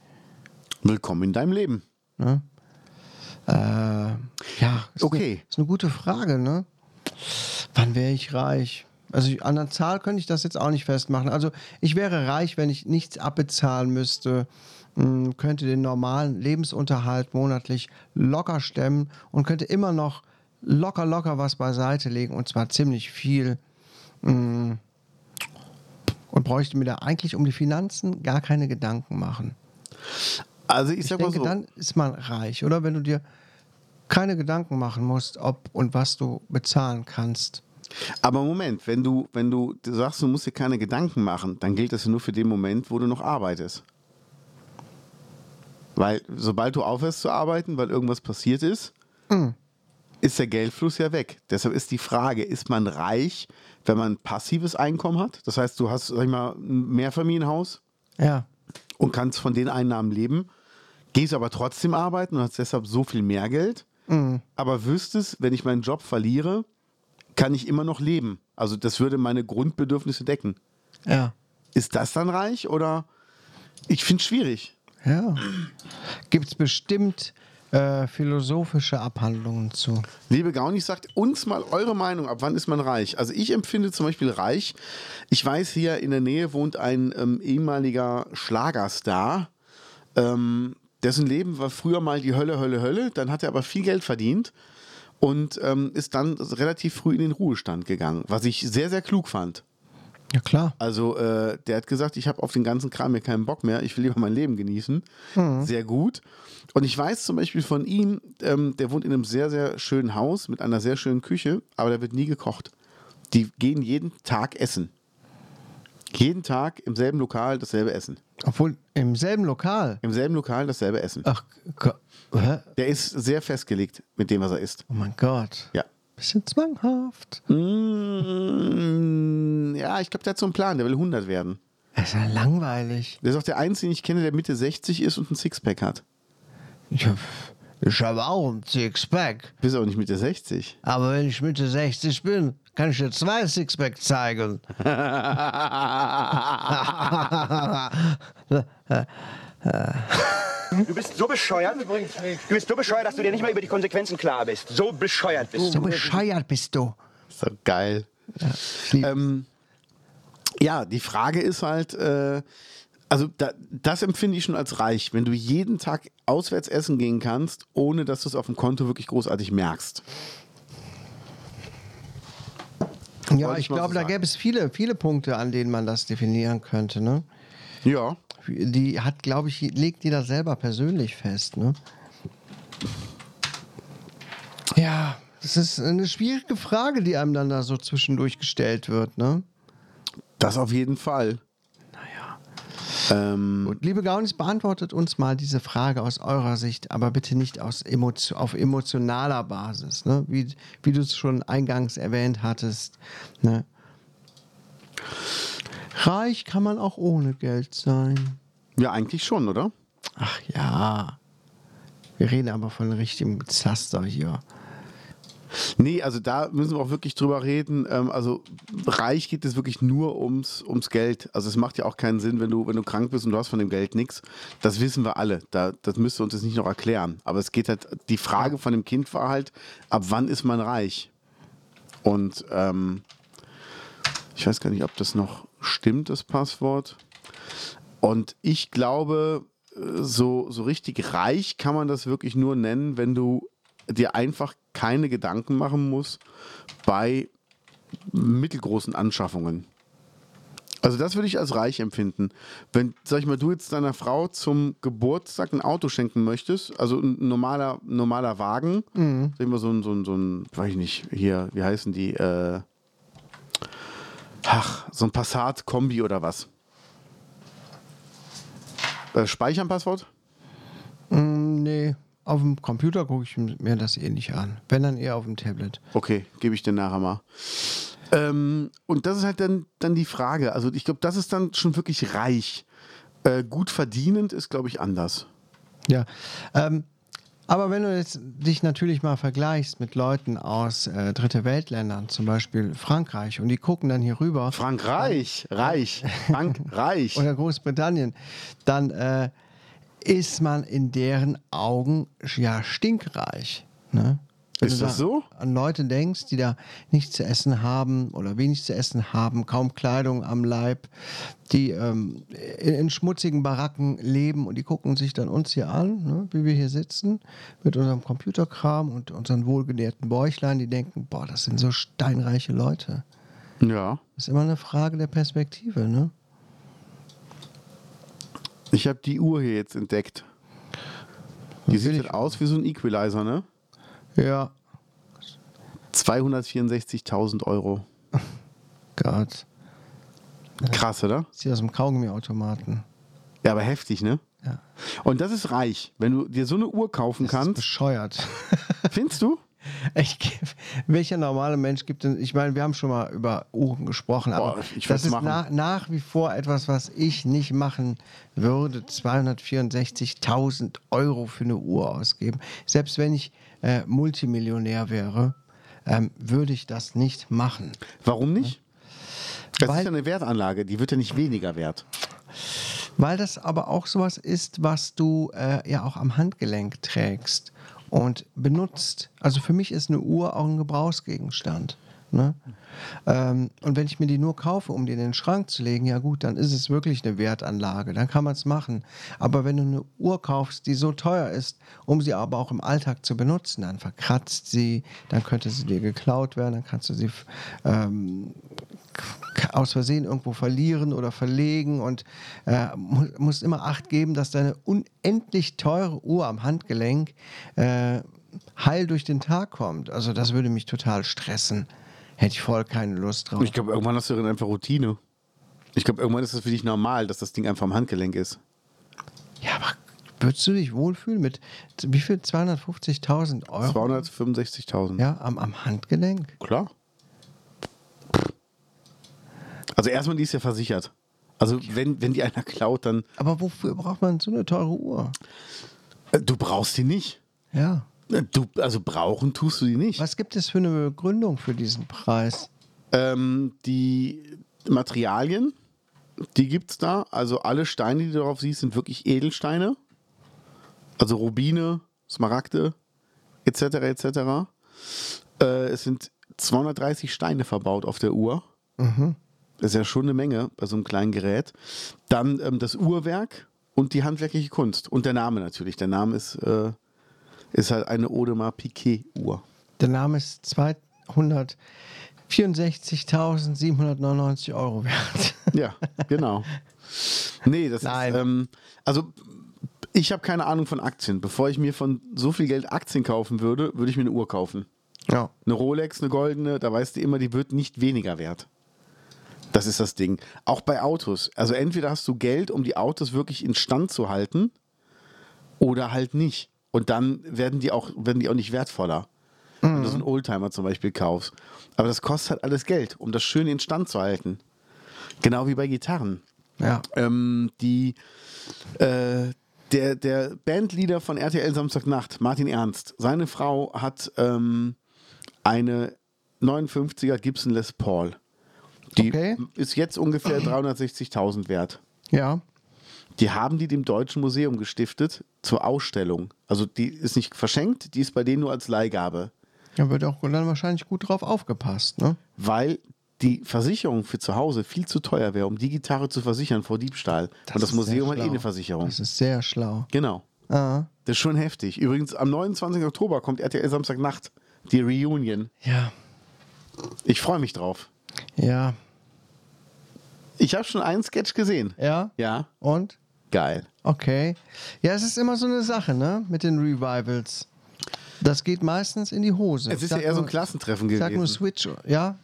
B: Willkommen in deinem Leben.
A: Äh, ja, ist
B: Okay.
A: Eine, ist eine gute Frage, ne? Wann wäre ich reich? Also ich- an der Zahl könnte ich das jetzt auch nicht festmachen. Also ich wäre reich, wenn ich nichts abbezahlen müsste, mh, könnte den normalen Lebensunterhalt monatlich locker stemmen und könnte immer noch locker, locker was beiseite legen und zwar ziemlich viel. Mh, Und bräuchte mir da eigentlich um die Finanzen gar keine Gedanken machen.
B: Also ich
A: Ich
B: sag mal
A: denke,
B: so.
A: dann ist man reich, oder? Wenn du dir keine Gedanken machen musst, ob und was du bezahlen kannst.
B: Aber Moment, wenn du, wenn du sagst, du musst dir keine Gedanken machen, dann gilt das ja nur für den Moment, wo du noch arbeitest. Weil sobald du aufhörst zu arbeiten, weil irgendwas passiert ist, ist der Geldfluss ja weg. Deshalb ist die Frage, ist man reich, wenn man passives Einkommen hat? Das heißt, du hast, sag ich mal, ein Mehrfamilienhaus
A: Ja.
B: und kannst von den Einnahmen leben, gehst aber trotzdem arbeiten und hast deshalb so viel mehr Geld. Aber wüsstest, wenn ich meinen Job verliere, kann ich immer noch leben. Also das würde meine Grundbedürfnisse decken.
A: Ja.
B: Ist das dann reich oder? Ich finde es schwierig.
A: Ja. Gibt es bestimmt äh, philosophische Abhandlungen zu.
B: Liebe Gaunis, sagt uns mal eure Meinung. Ab wann ist man reich? Also ich empfinde zum Beispiel reich. Ich weiß, hier in der Nähe wohnt ein ähm, ehemaliger Schlagerstar. Ähm, dessen Leben war früher mal die Hölle, Hölle, Hölle. Dann hat er aber viel Geld verdient und ähm, ist dann relativ früh in den Ruhestand gegangen, was ich sehr, sehr klug fand.
A: Ja, klar.
B: Also äh, der hat gesagt, ich habe auf den ganzen Kram hier keinen Bock mehr, ich will lieber mein Leben genießen. Sehr gut. Und ich weiß zum Beispiel von ihm, ähm, der wohnt in einem sehr, sehr schönen Haus mit einer sehr schönen Küche, aber da wird nie gekocht. Die gehen jeden Tag essen. Jeden Tag im selben Lokal dasselbe Essen.
A: Obwohl im selben Lokal.
B: Im selben Lokal dasselbe Essen.
A: Ach, Go- hä?
B: Der ist sehr festgelegt mit dem, was er isst.
A: oh mein Gott.
B: Ja. Hm.
A: Bisschen zwanghaft.
B: Mm, ja, ich glaube, der hat so einen Plan, der will 100 werden.
A: Das ist ja langweilig.
B: Der ist auch der Einzige, den ich kenne, der Mitte 60 ist und ein Sixpack hat.
A: Ich habe ich hab auch ein Sixpack.
B: Bist aber nicht Mitte 60.
A: Aber wenn ich Mitte 60 bin, kann ich dir zwei Sixpack zeigen.
H: Du bist so bescheuert. Du bist so bescheuert, dass du dir nicht mal über die Konsequenzen klar bist. So bescheuert bist
A: So
H: du.
A: bescheuert bist du.
B: So geil.
A: lieb.
B: Ja, ähm, ja die Frage ist halt, äh, also da, das empfinde ich schon als reich, wenn du jeden Tag auswärts essen gehen kannst, ohne dass du es auf dem Konto wirklich großartig merkst.
A: Ja,
B: Wollte
A: ich
B: ich mal so
A: glaube, da
B: sagen.
A: gäbe es viele, viele Punkte, an denen man das definieren könnte. Ne?
B: Ja.
A: Die hat, glaube ich, legt jeder selber persönlich fest. Ne? Ja, das ist eine schwierige Frage, die einem dann da so zwischendurch gestellt wird. Ne?
B: Das auf jeden Fall.
A: Und liebe Gaunis, beantwortet uns mal diese Frage aus eurer Sicht, aber bitte nicht aus emotio- auf emotionaler Basis, ne? wie, wie du es schon eingangs erwähnt hattest. Ne? Reich kann man auch ohne Geld sein.
B: Ja, eigentlich schon, oder?
A: Ach ja. Wir reden aber von richtigem Zaster hier.
B: Nee, also da müssen wir auch wirklich drüber reden. Ähm, also reich geht es wirklich nur ums, ums Geld. Also es macht ja auch keinen Sinn, wenn du, wenn du krank bist und du hast von dem Geld nichts. Das wissen wir alle. Da, das müsste uns jetzt nicht noch erklären. Aber es geht halt, die Frage von dem Kind war halt, ab wann ist man reich? Und ähm, ich weiß gar nicht, ob das noch stimmt, das Passwort. Und ich glaube, äh, so, so richtig reich kann man das wirklich nur nennen, wenn du dir einfach keine Gedanken machen musst bei mittelgroßen Anschaffungen. Also das würde ich als reich empfinden. Wenn, sag ich mal, du jetzt deiner Frau zum Geburtstag ein Auto schenken möchtest, also ein normaler, normaler Wagen, sag ich mal, so ein, so ein, so ein, weiß ich nicht, hier, wie heißen die, äh, ach, so ein Passat-Kombi oder was. Äh, speichern Passwort?
A: Nee, auf dem Computer gucke ich mir das eh nicht an. Wenn dann eher auf dem Tablet.
B: Okay, gebe ich dir nachher mal. Ähm, und das ist halt dann, dann die Frage. Also ich glaube, das ist dann schon wirklich reich. Äh, gut verdienend ist, glaube ich, anders.
A: Ja. Ähm, aber wenn du jetzt dich natürlich mal vergleichst mit Leuten aus äh, Dritte Weltländern, zum Beispiel Frankreich, und die gucken dann hier rüber
B: Frankreich, reich, Frankreich.
A: oder Großbritannien, dann äh, ist man in deren Augen ja stinkreich. Ne? Wenn
B: Ist
A: du
B: das
A: da
B: so?
A: An Leute denkst, die da nichts zu essen haben oder wenig zu essen haben, kaum Kleidung am Leib, die ähm, in, in schmutzigen Baracken leben und die gucken sich dann uns hier an, ne, wie wir hier sitzen, mit unserem Computerkram und unseren wohlgenährten Bäuchlein, die denken, boah, das sind so steinreiche Leute.
B: Ja.
A: Ist immer eine Frage der Perspektive, ne?
B: Ich habe die Uhr hier jetzt entdeckt. Die sieht halt aus wie so ein Equalizer, ne?
A: Ja,
B: 264.000 Euro.
A: Gott.
B: Krass, oder?
A: Ist hier aus dem Kaugummiautomaten.
B: Ja, aber heftig, ne?
A: Ja.
B: Und das ist reich. Wenn du dir so eine Uhr kaufen
A: Das ist
B: kannst,
A: bescheuert.
B: findest du?
A: Ich, geb- welcher normale Mensch gibt denn, ich meine, wir haben schon mal über Uhren gesprochen, aber
B: Boah, ich- ich würd's
A: das ist
B: machen.
A: nach, nach wie vor etwas, was ich nicht machen würde, 264.000 Euro für eine Uhr ausgeben. Selbst wenn ich äh, Multimillionär wäre, ähm, würde ich das nicht machen.
B: Warum nicht? Das
A: Weil-
B: ist ja eine Wertanlage, die wird ja nicht weniger wert.
A: Weil das aber auch sowas ist, was du äh, ja auch am Handgelenk trägst und benutzt. Also für mich ist eine Uhr auch ein Gebrauchsgegenstand. Ne? Ähm, und wenn ich mir die nur kaufe, um die in den Schrank zu legen, ja gut, dann ist es wirklich eine Wertanlage, dann kann man es machen. Aber wenn du eine Uhr kaufst, die so teuer ist, um sie aber auch im Alltag zu benutzen, dann verkratzt sie, dann könnte sie dir geklaut werden, dann kannst du sie f- ähm, k- aus Versehen irgendwo verlieren oder verlegen und äh, mu musst immer Acht geben, dass deine unendlich teure Uhr am Handgelenk äh, heil durch den Tag kommt. Also das würde mich total stressen. Hätte ich voll keine Lust drauf.
B: Ich glaube, irgendwann hast du dann einfach Routine. Ich glaube, irgendwann ist das für dich normal, dass das Ding einfach am Handgelenk ist.
A: Ja, aber würdest du dich wohlfühlen mit z- wie viel? 250.000 Euro?
B: 265.000.
A: Ja, am, am Handgelenk?
B: Klar. Also erstmal, die ist ja versichert. Also wenn, wenn die einer klaut, dann...
A: Aber wofür braucht man so eine teure Uhr?
B: Äh, Du brauchst die nicht.
A: Ja.
B: Äh, Du, also brauchen tust du die nicht.
A: Was gibt es für eine Begründung für diesen Preis?
B: Ähm, die Materialien, die gibt es da. Also alle Steine, die du drauf siehst, sind wirklich Edelsteine. Also Rubine, Smaragde, etc. etc. Äh, es sind 230 Steine verbaut auf der Uhr. Das ist ja schon eine Menge bei so einem kleinen Gerät. Dann ähm, das Uhrwerk und die handwerkliche Kunst. Und der Name natürlich. Der Name ist, äh, ist halt eine Audemars Piquet-Uhr.
A: Der Name ist 264.799 Euro wert.
B: Ja, genau. Nee, das
A: Nein.
B: ist. Ähm, also, ich habe keine Ahnung von Aktien. Bevor ich mir von so viel Geld Aktien kaufen würde, würde ich mir eine Uhr kaufen.
A: Ja.
B: Eine Rolex, eine goldene, da weißt du immer, die wird nicht weniger wert. Das ist das Ding. Auch bei Autos. Also, entweder hast du Geld, um die Autos wirklich instand zu halten, oder halt nicht. Und dann werden die auch, werden die auch nicht wertvoller. Wenn du so einen Oldtimer zum Beispiel kaufst. Aber das kostet halt alles Geld, um das schön instand zu halten. Genau wie bei Gitarren.
A: Ja.
B: Ähm, die, äh, der, der Bandleader von RTL Samstagnacht, Martin Ernst, seine Frau hat ähm, eine 59er Gibson Les Paul. Die
A: Okay.
B: ist jetzt ungefähr 360.000 wert.
A: Ja.
B: Die haben die dem Deutschen Museum gestiftet zur Ausstellung. Also die ist nicht verschenkt, die ist bei denen nur als Leihgabe.
A: Da wird auch dann wahrscheinlich gut drauf aufgepasst, ne?
B: weil die Versicherung für zu Hause viel zu teuer wäre, um die Gitarre zu versichern vor Diebstahl. Und das
A: ist sehr
B: Museum hat eh
A: schlau.
B: eine Versicherung.
A: Das ist sehr schlau. Ah.
B: Genau. Das ist schon heftig. Übrigens, am 29. Oktober kommt RTL Samstagnacht, die Reunion.
A: Ja,
B: Ich freue mich drauf.
A: ja,
B: Ich habe schon einen Sketch gesehen.
A: ja.
B: Ja,
A: Und?
B: geil.
A: Okay. Ja, es ist immer so eine Sache, ne? Mit den Revivals. Das geht meistens in die Hose.
B: Es
A: Ich
B: ist ja
A: sag
B: eher so ein
A: nur-
B: Klassentreffen
A: Ich
B: gewesen.
A: sag nur Switch, ja?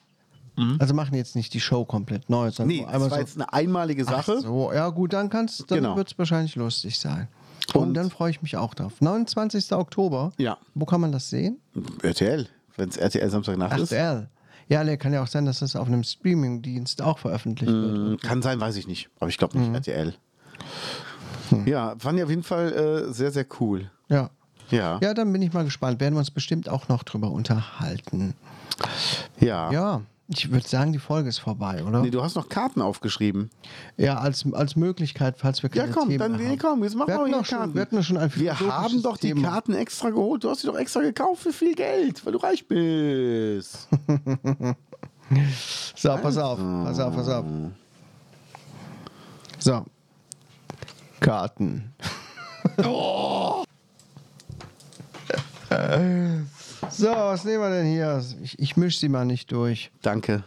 A: Also machen jetzt nicht die Show komplett neu, sondern
B: nee, das
A: einmal
B: war
A: so.
B: jetzt eine einmalige Sache.
A: So, ja gut, dann kannst dann
B: Genau.
A: wird es wahrscheinlich lustig sein. Und,
B: Und-
A: dann freue ich mich auch drauf. 29. Oktober.
B: Ja.
A: Wo kann man das sehen?
B: RTL, wenn es RTL Samstagnacht ist.
A: RTL. Ja, nee, kann ja auch sein, dass das auf einem Streaming-Dienst auch veröffentlicht wird.
B: Kann sein, weiß ich nicht. Aber ich glaube nicht,
A: Mhm.
B: RTL.
A: Hm.
B: Ja, fand ich auf jeden Fall äh, sehr, sehr cool.
A: Ja.
B: Ja.
A: Ja, dann bin ich mal gespannt. Werden wir uns bestimmt auch noch drüber unterhalten.
B: Ja.
A: Ja, ich würde sagen, die Folge ist vorbei, oder?
B: Ah. Nee, du hast noch Karten aufgeschrieben.
A: ja, als, als Möglichkeit, falls wir keine
B: Ja, komm,
A: Themen
B: dann nee,
A: haben.
B: komm, jetzt machen
A: wir
B: wir,
A: hatten
B: hier
A: doch schon,
B: Karten.
A: Wir hatten doch schon ein
B: wir haben
A: philosophisches
B: doch die
A: Thema.
B: Karten extra geholt. Du hast sie doch extra gekauft für viel Geld, weil du reich bist.
A: So, pass auf, pass auf, pass auf. So. Karten. so, was nehmen wir denn hier? Ich, ich mische sie mal nicht durch.
B: Danke.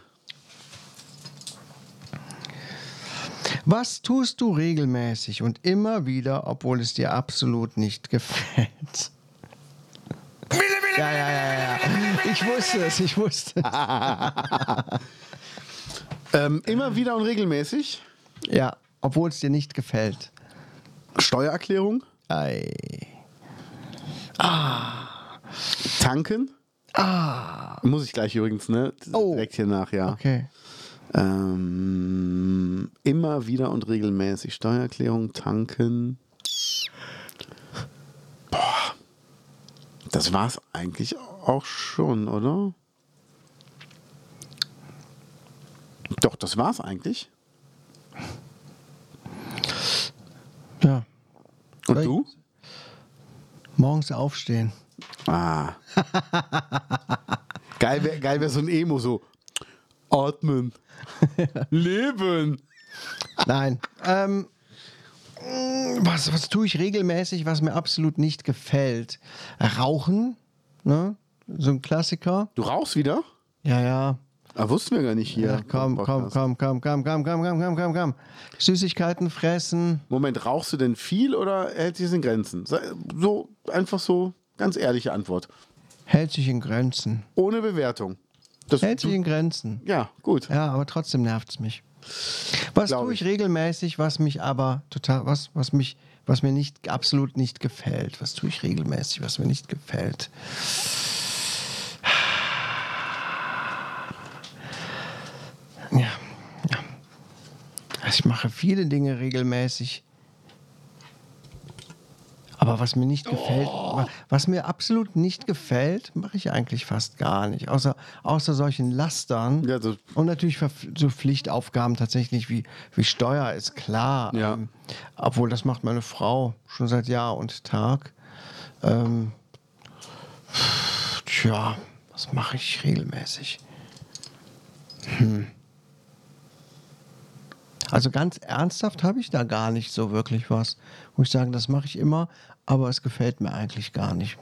A: Was tust du regelmäßig und immer wieder, obwohl es dir absolut nicht gefällt? Ja, ja, ja, ja. ja. Ich wusste es, ich wusste es.
B: Ähm, immer wieder und regelmäßig.
A: Ja, obwohl es dir nicht gefällt.
B: Steuererklärung.
A: Ei.
B: Tanken. Ah. Muss ich gleich übrigens, ne?
A: Oh.
B: Direkt hier nach, ja.
A: Okay.
B: Ähm, immer wieder und regelmäßig Steuererklärung, tanken. Boah. Das war's eigentlich auch schon, oder? Doch, das war's eigentlich.
A: Ja.
B: Und
A: Nein.
B: du?
A: Morgens aufstehen.
B: Ah. geil wäre geil wär so ein Emo, so. Atmen. Leben.
A: Nein. ähm, mm, was, was tue ich regelmäßig, was mir absolut nicht gefällt? Rauchen, ne? So ein Klassiker.
B: Du rauchst wieder?
A: Ja, ja.
B: Ah, wussten wir gar nicht hier.
A: ja komm,
B: im
A: komm,
B: Podcast.
A: komm, komm, komm, komm, komm, komm, komm, komm, komm. Süßigkeiten fressen.
B: Moment, rauchst du denn viel oder hält sich das in Grenzen? Sei- So, einfach so, ganz ehrliche Antwort.
A: Hält sich in Grenzen.
B: Ohne Bewertung. Das,
A: Hält sich
B: du,
A: in Grenzen.
B: ja, gut.
A: Ja, aber trotzdem nervt es mich. Was
B: Glaub
A: tue ich
B: ich.
A: regelmäßig, was mich aber total, was, was mich, was mir nicht absolut nicht gefällt? Was tue ich regelmäßig, was mir nicht gefällt? Ja, ja. Also ich mache viele Dinge regelmäßig. Aber was mir nicht gefällt,
B: Oh.
A: wa- was mir absolut nicht gefällt, mache ich eigentlich fast gar nicht. Außer, außer solchen Lastern.
B: Ja, das-
A: und natürlich verf- so Pflichtaufgaben tatsächlich wie, wie Steuer ist klar.
B: Ja.
A: Ähm, obwohl, das macht meine Frau schon seit Jahr und Tag. Ähm, tja, was mache ich regelmäßig? Hm. Also ganz ernsthaft habe ich da gar nicht so wirklich was. Wo ich sage, das mache ich immer, aber es gefällt mir eigentlich gar nicht.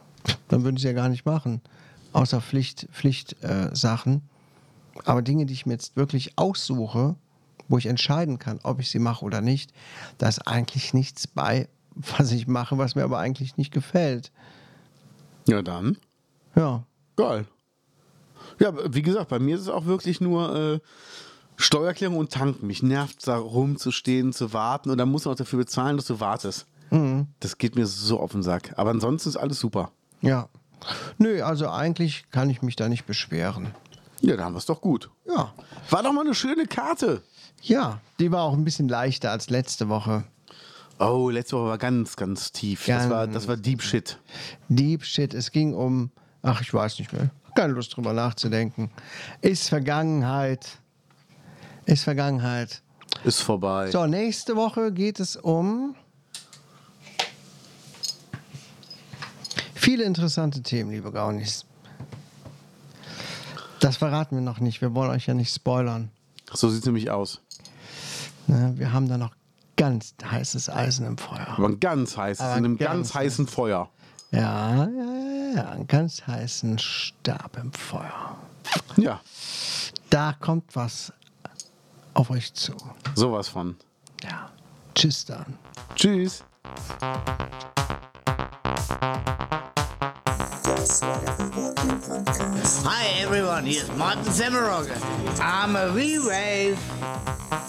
A: Dann würde ich es ja gar nicht machen. Außer Pflicht, Pflichtsachen. Äh, Sachen. aber Dinge, die ich mir jetzt wirklich aussuche, wo ich entscheiden kann, ob ich sie mache oder nicht, da ist eigentlich nichts bei, was ich mache, was mir aber eigentlich nicht gefällt.
B: Ja, dann.
A: Ja.
B: Geil. Ja, wie gesagt, bei mir ist es auch wirklich nur äh, Steuererklärung und Tanken. Mich nervt da rumzustehen, zu warten und dann musst du auch dafür bezahlen, dass du wartest.
A: Mhm.
B: Das geht mir so auf den Sack. Aber ansonsten ist alles super.
A: Ja. Nö, also eigentlich kann ich mich da nicht beschweren.
B: Ja, da haben wir es doch gut.
A: Ja.
B: War doch mal eine schöne Karte.
A: Ja, die war auch ein bisschen leichter als letzte Woche.
B: Oh, letzte Woche war ganz, ganz tief. das, war, das war Deep Shit.
A: Deep Shit. Es ging um, ach, ich weiß nicht mehr. Keine Lust drüber nachzudenken. Ist Vergangenheit. Ist Vergangenheit.
B: Ist vorbei.
A: So, nächste Woche geht es um viele interessante Themen, liebe Gaunis. Das verraten wir noch nicht. Wir wollen euch ja nicht spoilern.
B: So sieht es nämlich aus.
A: Ne? Wir haben da noch ganz heißes Eisen im Feuer.
B: Aber ein ganz heißes,
A: Aber
B: in einem
A: ganz
B: ganz heißen Feuer.
A: Ja, ja, ja, ja, einen ganz heißen Stab im Feuer.
B: Ja,
A: Da kommt was auf euch zu.
B: sowas von.
A: Ja. Tschüss dann.
B: Tschüss.
I: Hi everyone, here's Martin Semmerogger. I'm a wee wave.